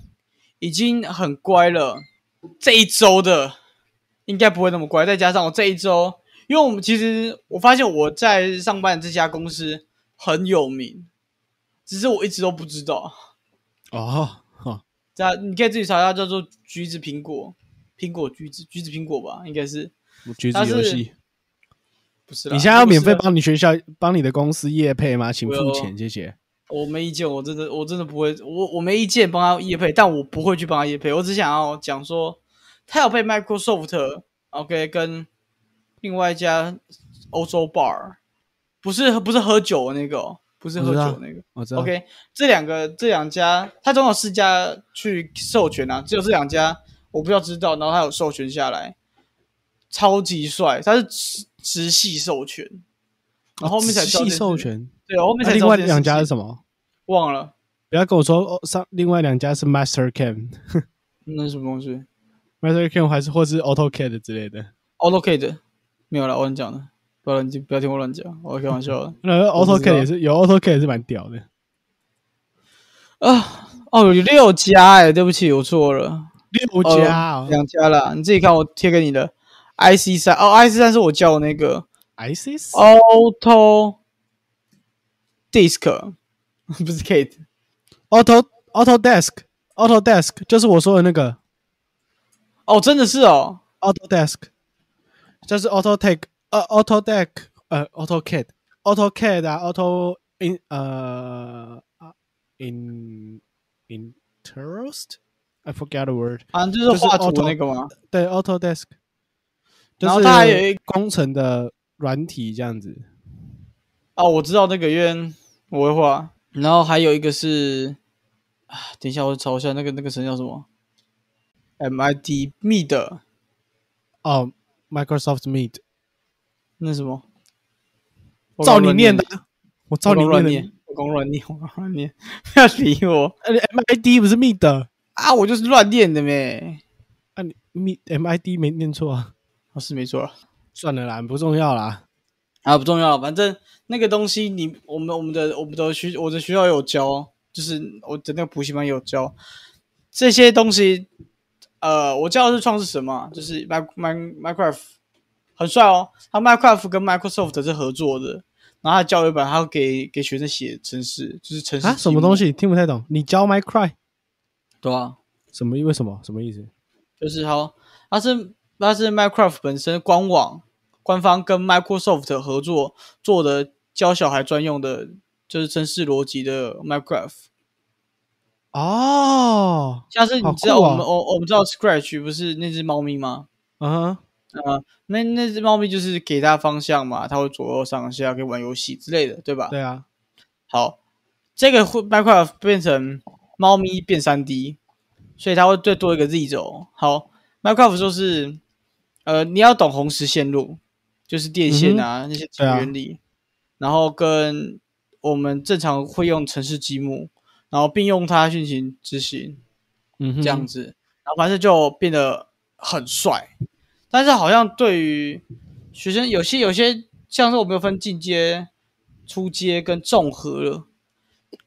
Speaker 1: 已经很乖了，这一周的应该不会那么乖。再加上我这一周，因为我们其实我发现我在上班的这家公司很有名，只是我一直都不知道。
Speaker 2: 哦，哦
Speaker 1: 这样你可以自己查一下，叫做橘子苹果，苹果橘子橘子苹果吧，应该是
Speaker 2: 橘
Speaker 1: 子游戏。不是啦？
Speaker 2: 你现在要
Speaker 1: 如果
Speaker 2: 免
Speaker 1: 是啊
Speaker 2: 费帮你学校、帮你的公司业配吗？请
Speaker 1: 我
Speaker 2: 付
Speaker 1: 有
Speaker 2: 钱，谢谢。
Speaker 1: 我没意见，我真的我真的不会，我我没意见帮他叶配，但我不会去帮他叶配，我只想要讲说，他有被 Microsoft OK 跟另外一家欧洲 bar，不是不是喝酒的那个哦，不是喝
Speaker 2: 我知道
Speaker 1: 酒的那个
Speaker 2: 哦我知道。
Speaker 1: OK，这两个这两家，他总有四家去授权啊，只有这两家我不知道知道，然后他有授权下来，超级帅，他是直直系授权，然后后面才
Speaker 2: 仔
Speaker 1: 知道这件
Speaker 2: 细
Speaker 1: 事
Speaker 2: 授，权。
Speaker 1: 对，后面
Speaker 2: 那
Speaker 1: 才知
Speaker 2: 另
Speaker 1: 道
Speaker 2: 外
Speaker 1: 这件事
Speaker 2: 两家
Speaker 1: 情
Speaker 2: 是什么？
Speaker 1: 忘了。
Speaker 2: 不要跟我说哦，上另外两家是 MasterCam、
Speaker 1: 那是什么东西
Speaker 2: MasterCam 还是或是 AutoCAD 之类的。
Speaker 1: ？AutoCAD 没有了，我乱讲的，不要乱听，不要听我乱讲，我开玩笑的
Speaker 2: 那
Speaker 1: 我不知道
Speaker 2: AutoCAD 也是有 AutoCAD 也是蛮屌的，
Speaker 1: 啊。哦，有六家哎、对不起，我错了，
Speaker 2: 六家
Speaker 1: 哦
Speaker 2: 哦
Speaker 1: 两家啦，你自己看我贴给你的 IC 三哦，IC 三是我叫的那个
Speaker 2: ISIS
Speaker 1: Auto Disc，不 是 Kate，
Speaker 2: Auto Autodesk Autodesk 就是我说的那个
Speaker 1: 哦，真的是哦，
Speaker 2: Autodesk，就是 AutoTech 呃 AutoDeck 呃 AutoCAD AutoCAD 啊 Auto in 呃啊 in interest I forget the word
Speaker 1: 啊，就
Speaker 2: 就是是
Speaker 1: 画图
Speaker 2: Auto-
Speaker 1: 那个吗？
Speaker 2: 对 Autodesk，就
Speaker 1: 然后
Speaker 2: 是
Speaker 1: 它还有一
Speaker 2: 工程的软体这样子。
Speaker 1: 哦，我知道那个，因为我会画。然后还有一个是，啊，等一下我找一下那个那个神叫什么？MIT Meet
Speaker 2: 哦，Microsoft Meet，
Speaker 1: 那什么？我
Speaker 2: 照
Speaker 1: 刚
Speaker 2: 你
Speaker 1: 乱
Speaker 2: 念
Speaker 1: 念
Speaker 2: 的
Speaker 1: 的，，
Speaker 2: 我照你
Speaker 1: 我刚
Speaker 2: 念
Speaker 1: 乱
Speaker 2: 的
Speaker 1: 念。，我刚乱念，我刚乱念， 不要理我
Speaker 2: 呃，MID 不是 Meet，
Speaker 1: 啊！我就是乱念的咩，
Speaker 2: 啊你 Meet MID 没念错啊，
Speaker 1: 我是没错啊，
Speaker 2: 算了啦，不重要啦。
Speaker 1: 啊不重要，反正那个东西你我们我们的我们的学我的学校有教，就是我的那个补习班也有教这些东西，呃，我教的是创世神嘛，就是 Min Min Minecraft 很帅哦，他 Minecraft 跟 Microsoft 是合作的，然后他的教育版他会给给学生写程式，就是程式
Speaker 2: 啊，什么东？西听不太懂？你教 My Cry
Speaker 1: 对啊，
Speaker 2: 什么意？为什么？什么意思？
Speaker 1: 就是他他是他是 Minecraft 本身官网官方跟 Microsoft 合作做的教小孩专用的，就是程式逻辑的 Minecraft。
Speaker 2: 哦，
Speaker 1: 像是你
Speaker 2: 好
Speaker 1: 知道
Speaker 2: 酷
Speaker 1: 我
Speaker 2: 哦
Speaker 1: 们、我我们知道 Scratch 不是那只猫咪吗？
Speaker 2: 啊，
Speaker 1: 啊、那那只猫咪就是给它方向嘛，它会左右上下，可以玩游戏之类的，对吧？
Speaker 2: 对啊，
Speaker 1: 好，这个会 Minecraft 变成猫咪变三 D，所以它会再多一个 Z 轴。好，Minecraft 就是呃，你要懂红石线路，就是电线啊、那些基
Speaker 2: 对
Speaker 1: 本
Speaker 2: 啊
Speaker 1: 原理，然后跟我们正常会用城市积木，然后并用它进行执行。
Speaker 2: 嗯哼，
Speaker 1: 这样子，然后反正就变得很帅。但是好像对于学生，有些有些像是我们有分进阶、初阶跟综合了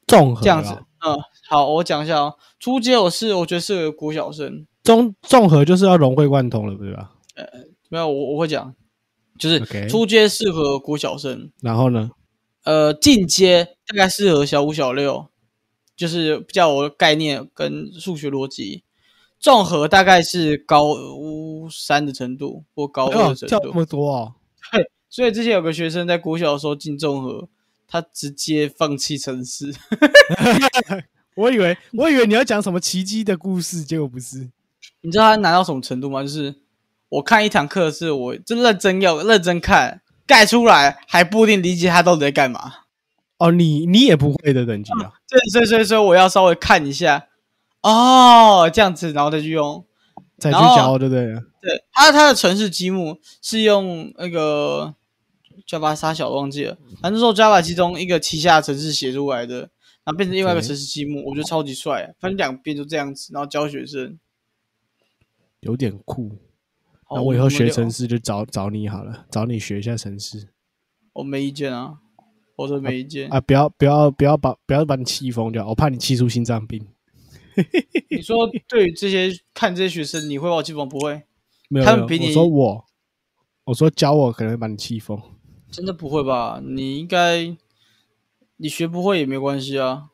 Speaker 2: 综合
Speaker 1: 这样
Speaker 2: 啊
Speaker 1: 子。嗯，好，我讲一下哦。初阶我是我觉得是个国小生，
Speaker 2: 综综合就是要融会贯通了，对吧？
Speaker 1: 没有我我会讲，就是
Speaker 2: OK
Speaker 1: 初阶适合国小生，
Speaker 2: 然后呢？
Speaker 1: 呃，进阶大概适合小五小六，就是比较有概念跟数学逻辑。综合大概是高三的程度或高
Speaker 2: 哎
Speaker 1: 二
Speaker 2: 呦，
Speaker 1: 的程
Speaker 2: 跳
Speaker 1: 度，
Speaker 2: 这么多哦，
Speaker 1: 所以之前有个学生在国小的时候进综合，他直接放弃城市，
Speaker 2: 我以为我以为你要讲什么奇迹的故事，结果不是。
Speaker 1: 你知道他难到什么程度吗？就是我看一堂课是我真认真要认真看，盖出来还不一定理解他到底在干嘛。
Speaker 2: 哦，你你也不会的等级啊，
Speaker 1: 所以所以所以所以我要稍微看一下，哦，这样子，然后再去用。
Speaker 2: 才去
Speaker 1: 然后
Speaker 2: 教，对不对？
Speaker 1: 对，它它的城市积木是用那个 Java 沙小忘记了，反正说 Java 其中一个旗下的城市写出来的，然后变成另外一个
Speaker 2: OK
Speaker 1: 城市积木，我觉得超级帅。啊反正两边就这样子，然后教学生。
Speaker 2: 有点酷。
Speaker 1: 好
Speaker 2: 那我以后学城
Speaker 1: 们
Speaker 2: 市就找找你好了，找你学一下城市
Speaker 1: 聊我没意见啊，我说没意见。
Speaker 2: 啊！不要不要不要把不要把你气疯掉，我怕你气出心脏病。
Speaker 1: 你说对于这些看这些学生，你会把我气疯不会？
Speaker 2: 没有，
Speaker 1: 他们
Speaker 2: 没有
Speaker 1: 比你
Speaker 2: 我说我，我说教我可能会把你气疯。
Speaker 1: 真的不会吧？你应该你学不会也没关系啊，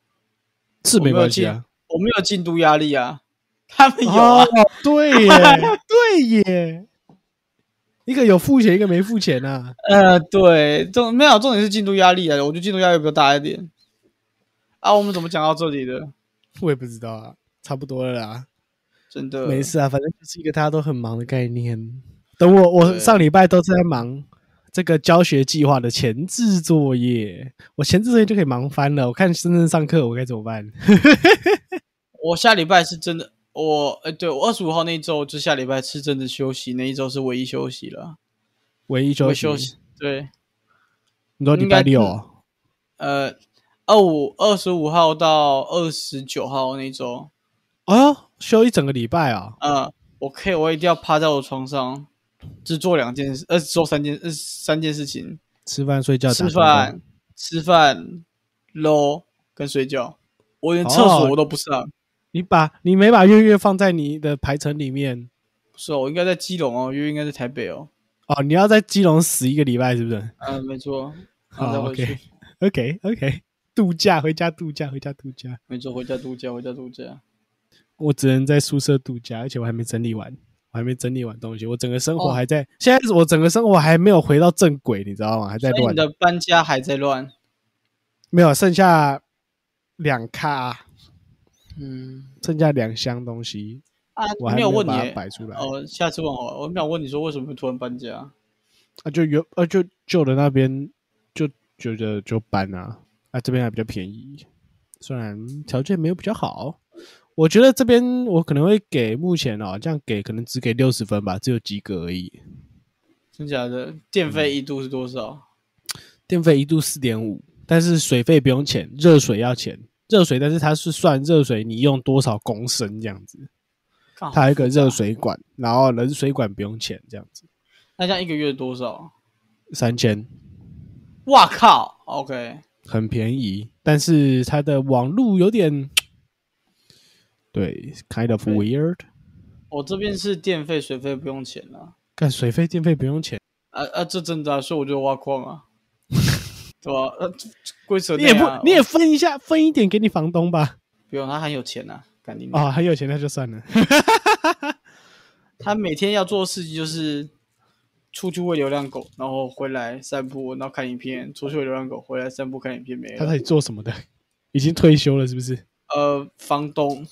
Speaker 2: 是
Speaker 1: 我没
Speaker 2: 没
Speaker 1: 有
Speaker 2: 关系
Speaker 1: 进
Speaker 2: 啊。
Speaker 1: 我没有进度压力啊，他们有啊。
Speaker 2: 哦， 对 耶，对耶，一个有付钱，一个没付钱啊。
Speaker 1: 呃，对，重没有重点是进度压力啊，我觉得进度压力比较大一点。啊，我们怎么讲到这里的？
Speaker 2: 我也不知道啊，差不多了啦，
Speaker 1: 真的
Speaker 2: 没，事啊，反正就是一个大家都很忙的概念。等我，我
Speaker 1: 对
Speaker 2: 上礼拜都在忙这个教学计划的前置作业，我前置作业就可以忙翻了。我看深圳上课，我该怎么办？
Speaker 1: 我下礼拜是真的，我呃，对我二十五号那一周就下礼拜是真的休息，那一周是唯一休息了，
Speaker 2: 唯一休
Speaker 1: 会
Speaker 2: 息，
Speaker 1: 休息。对，
Speaker 2: 你说礼拜六哦、
Speaker 1: 呃，二五二十五号到二十九号那一周，
Speaker 2: 哦，休一整个礼拜啊、
Speaker 1: 呃，我可以，我一定要趴在我床上，只做两件事，呃，只做三件，呃，三件事情：
Speaker 2: 吃饭、睡觉、
Speaker 1: 吃
Speaker 2: 打电话
Speaker 1: 饭、吃饭、搂跟睡觉。我连厕所
Speaker 2: 哦
Speaker 1: 我都不上，
Speaker 2: 你把你没把月月放在你的排程里面
Speaker 1: 不是、哦，我应该在基隆哦，因为应该在台北哦。
Speaker 2: 哦，你要在基隆死一个礼拜是不是？
Speaker 1: 嗯、没错，然后再
Speaker 2: 好
Speaker 1: 回去，
Speaker 2: ，OK OK OK，度 假回家度假回家度假，
Speaker 1: 没错，回家度假，回家度假。
Speaker 2: 我只能在宿舍度假，而且我还没整理完，我还没整理完东西，我整个生活
Speaker 1: 哦
Speaker 2: 还在，现在是我整个生活还没有回到正轨，你知道吗？还在
Speaker 1: 所以
Speaker 2: 乱
Speaker 1: 你，的搬家还在乱，
Speaker 2: 没有剩下两卡，
Speaker 1: 嗯
Speaker 2: 剩下两箱东西，
Speaker 1: 啊
Speaker 2: 我，还
Speaker 1: 没有问你
Speaker 2: 把它
Speaker 1: 耶
Speaker 2: 摆出来，
Speaker 1: 哦，下次问我，我没有问你说为什么突然搬家，
Speaker 2: 啊就原啊就旧的那边就觉得就搬啊，啊这边还比较便宜，虽然条件没有比较好。我觉得这边我可能会给目前哦，这样给可能只给六十分吧，只有及格而已。
Speaker 1: 真假的？电
Speaker 2: 嗯
Speaker 1: 费一度是多少？
Speaker 2: 电费一度四点五，但是水费不用钱，热水要钱。热水，但是它是算热水你用多少公升这样子，
Speaker 1: 干
Speaker 2: 它有一个热，水管，然后冷水管不用钱这样子，
Speaker 1: 那这样一个月多少？
Speaker 2: 三千
Speaker 1: 哇靠！OK，
Speaker 2: 很便宜，但是它的网路有点，对，kind of weird，
Speaker 1: 我这边是电费、水费不用钱啦。
Speaker 2: 干水费电费不用钱，
Speaker 1: 啊啊，这真的、啊，所以我就挖矿 啊，对吧、呃，这这规则
Speaker 2: 你也
Speaker 1: 内
Speaker 2: 不
Speaker 1: 啊
Speaker 2: 你也分一下分一点给你房东吧。
Speaker 1: 不用，他很有钱啊，干你妈！
Speaker 2: 哦，很有钱那就算了。
Speaker 1: 他每天要做的事情就是出去喂流浪狗，然后回来散步，然后看影片，出去喂流浪狗，回来散步看影片，没
Speaker 2: 他
Speaker 1: 了
Speaker 2: 到。底做什么的？已经退休了是不是
Speaker 1: 呃，房东，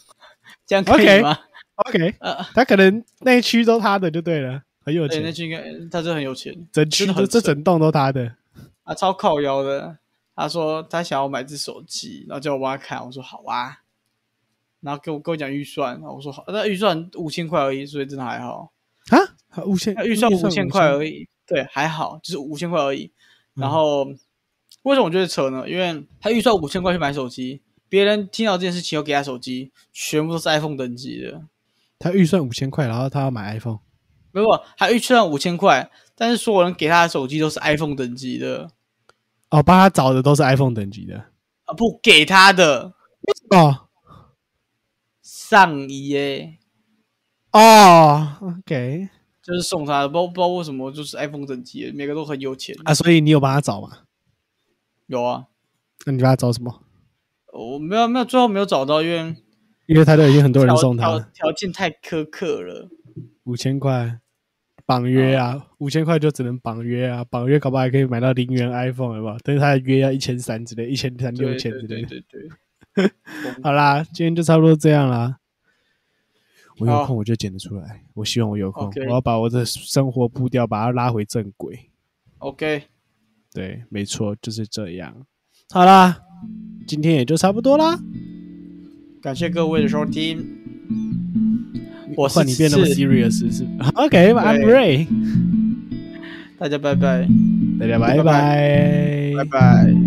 Speaker 1: 这样可以
Speaker 2: OK
Speaker 1: 吗？
Speaker 2: ？OK，
Speaker 1: 呃，
Speaker 2: 他可能那一区都他的就对了，很有
Speaker 1: 对，那
Speaker 2: 钱，
Speaker 1: 句应该呃他是很有钱
Speaker 2: 整区
Speaker 1: 真的
Speaker 2: 这
Speaker 1: 很
Speaker 2: 这
Speaker 1: 省
Speaker 2: 整栋都他的。
Speaker 1: 啊，超靠腰的。他说他想要买只手机，然后叫我帮他看，我说好啊，然后跟我跟我讲预算，然后我说好，那预算五千块而已，所以真的还好。
Speaker 2: 啊，五千
Speaker 1: 那预算五千块
Speaker 2: 已。
Speaker 1: 而已，对，还好，就是五千块而已。然
Speaker 2: 嗯
Speaker 1: 后、为什么我觉得扯呢？因为他预算五千块去买手机，别人听到这件事情又给他手机，全部都是 iPhone 等级的，
Speaker 2: 他预算五千块，然后他要买 iPhone。
Speaker 1: 没有，他预算五千块，但是所有人给他的手机都是 iPhone 等级的
Speaker 2: 哦，帮他找的都是 iPhone 等级的。
Speaker 1: 啊，不给他的
Speaker 2: 哦
Speaker 1: 上衣耶，
Speaker 2: 哦，OK
Speaker 1: 就是送他的，不知道不知道为什么就是 iPhone 等级的，每个都很有钱。
Speaker 2: 啊，所以你有帮他找吗？
Speaker 1: 有啊，
Speaker 2: 那你帮他找什么？
Speaker 1: 我没有没有，最后没有找到，因为
Speaker 2: 因为他都已经很多人送他
Speaker 1: 条
Speaker 2: 了，
Speaker 1: 条件太苛刻了。
Speaker 2: 五千块绑约
Speaker 1: 哦
Speaker 2: 啊，五千块就只能绑约啊，绑约搞不好还可以买到零元 iPhone 好不好？但是他的约要一千三之类，一千三六
Speaker 1: 对
Speaker 2: 千
Speaker 1: 对
Speaker 2: 之
Speaker 1: 对
Speaker 2: 类的。
Speaker 1: 对对，
Speaker 2: 好啦，今天就差不多这样啦。我有
Speaker 1: 好
Speaker 2: 空我就剪得出来，我希望我有空
Speaker 1: OK
Speaker 2: 我要把我的生活步调把它拉回正轨。
Speaker 1: OK，
Speaker 2: 对，没错，就是这样。好啦，今天也就差不多啦。
Speaker 1: 感谢各位的收听，我是
Speaker 2: 换你变那么
Speaker 1: 是
Speaker 2: serious 是？OK，I'm、Ray，
Speaker 1: 大家拜拜，
Speaker 2: 大家拜
Speaker 1: 拜
Speaker 2: 拜，
Speaker 1: 拜拜。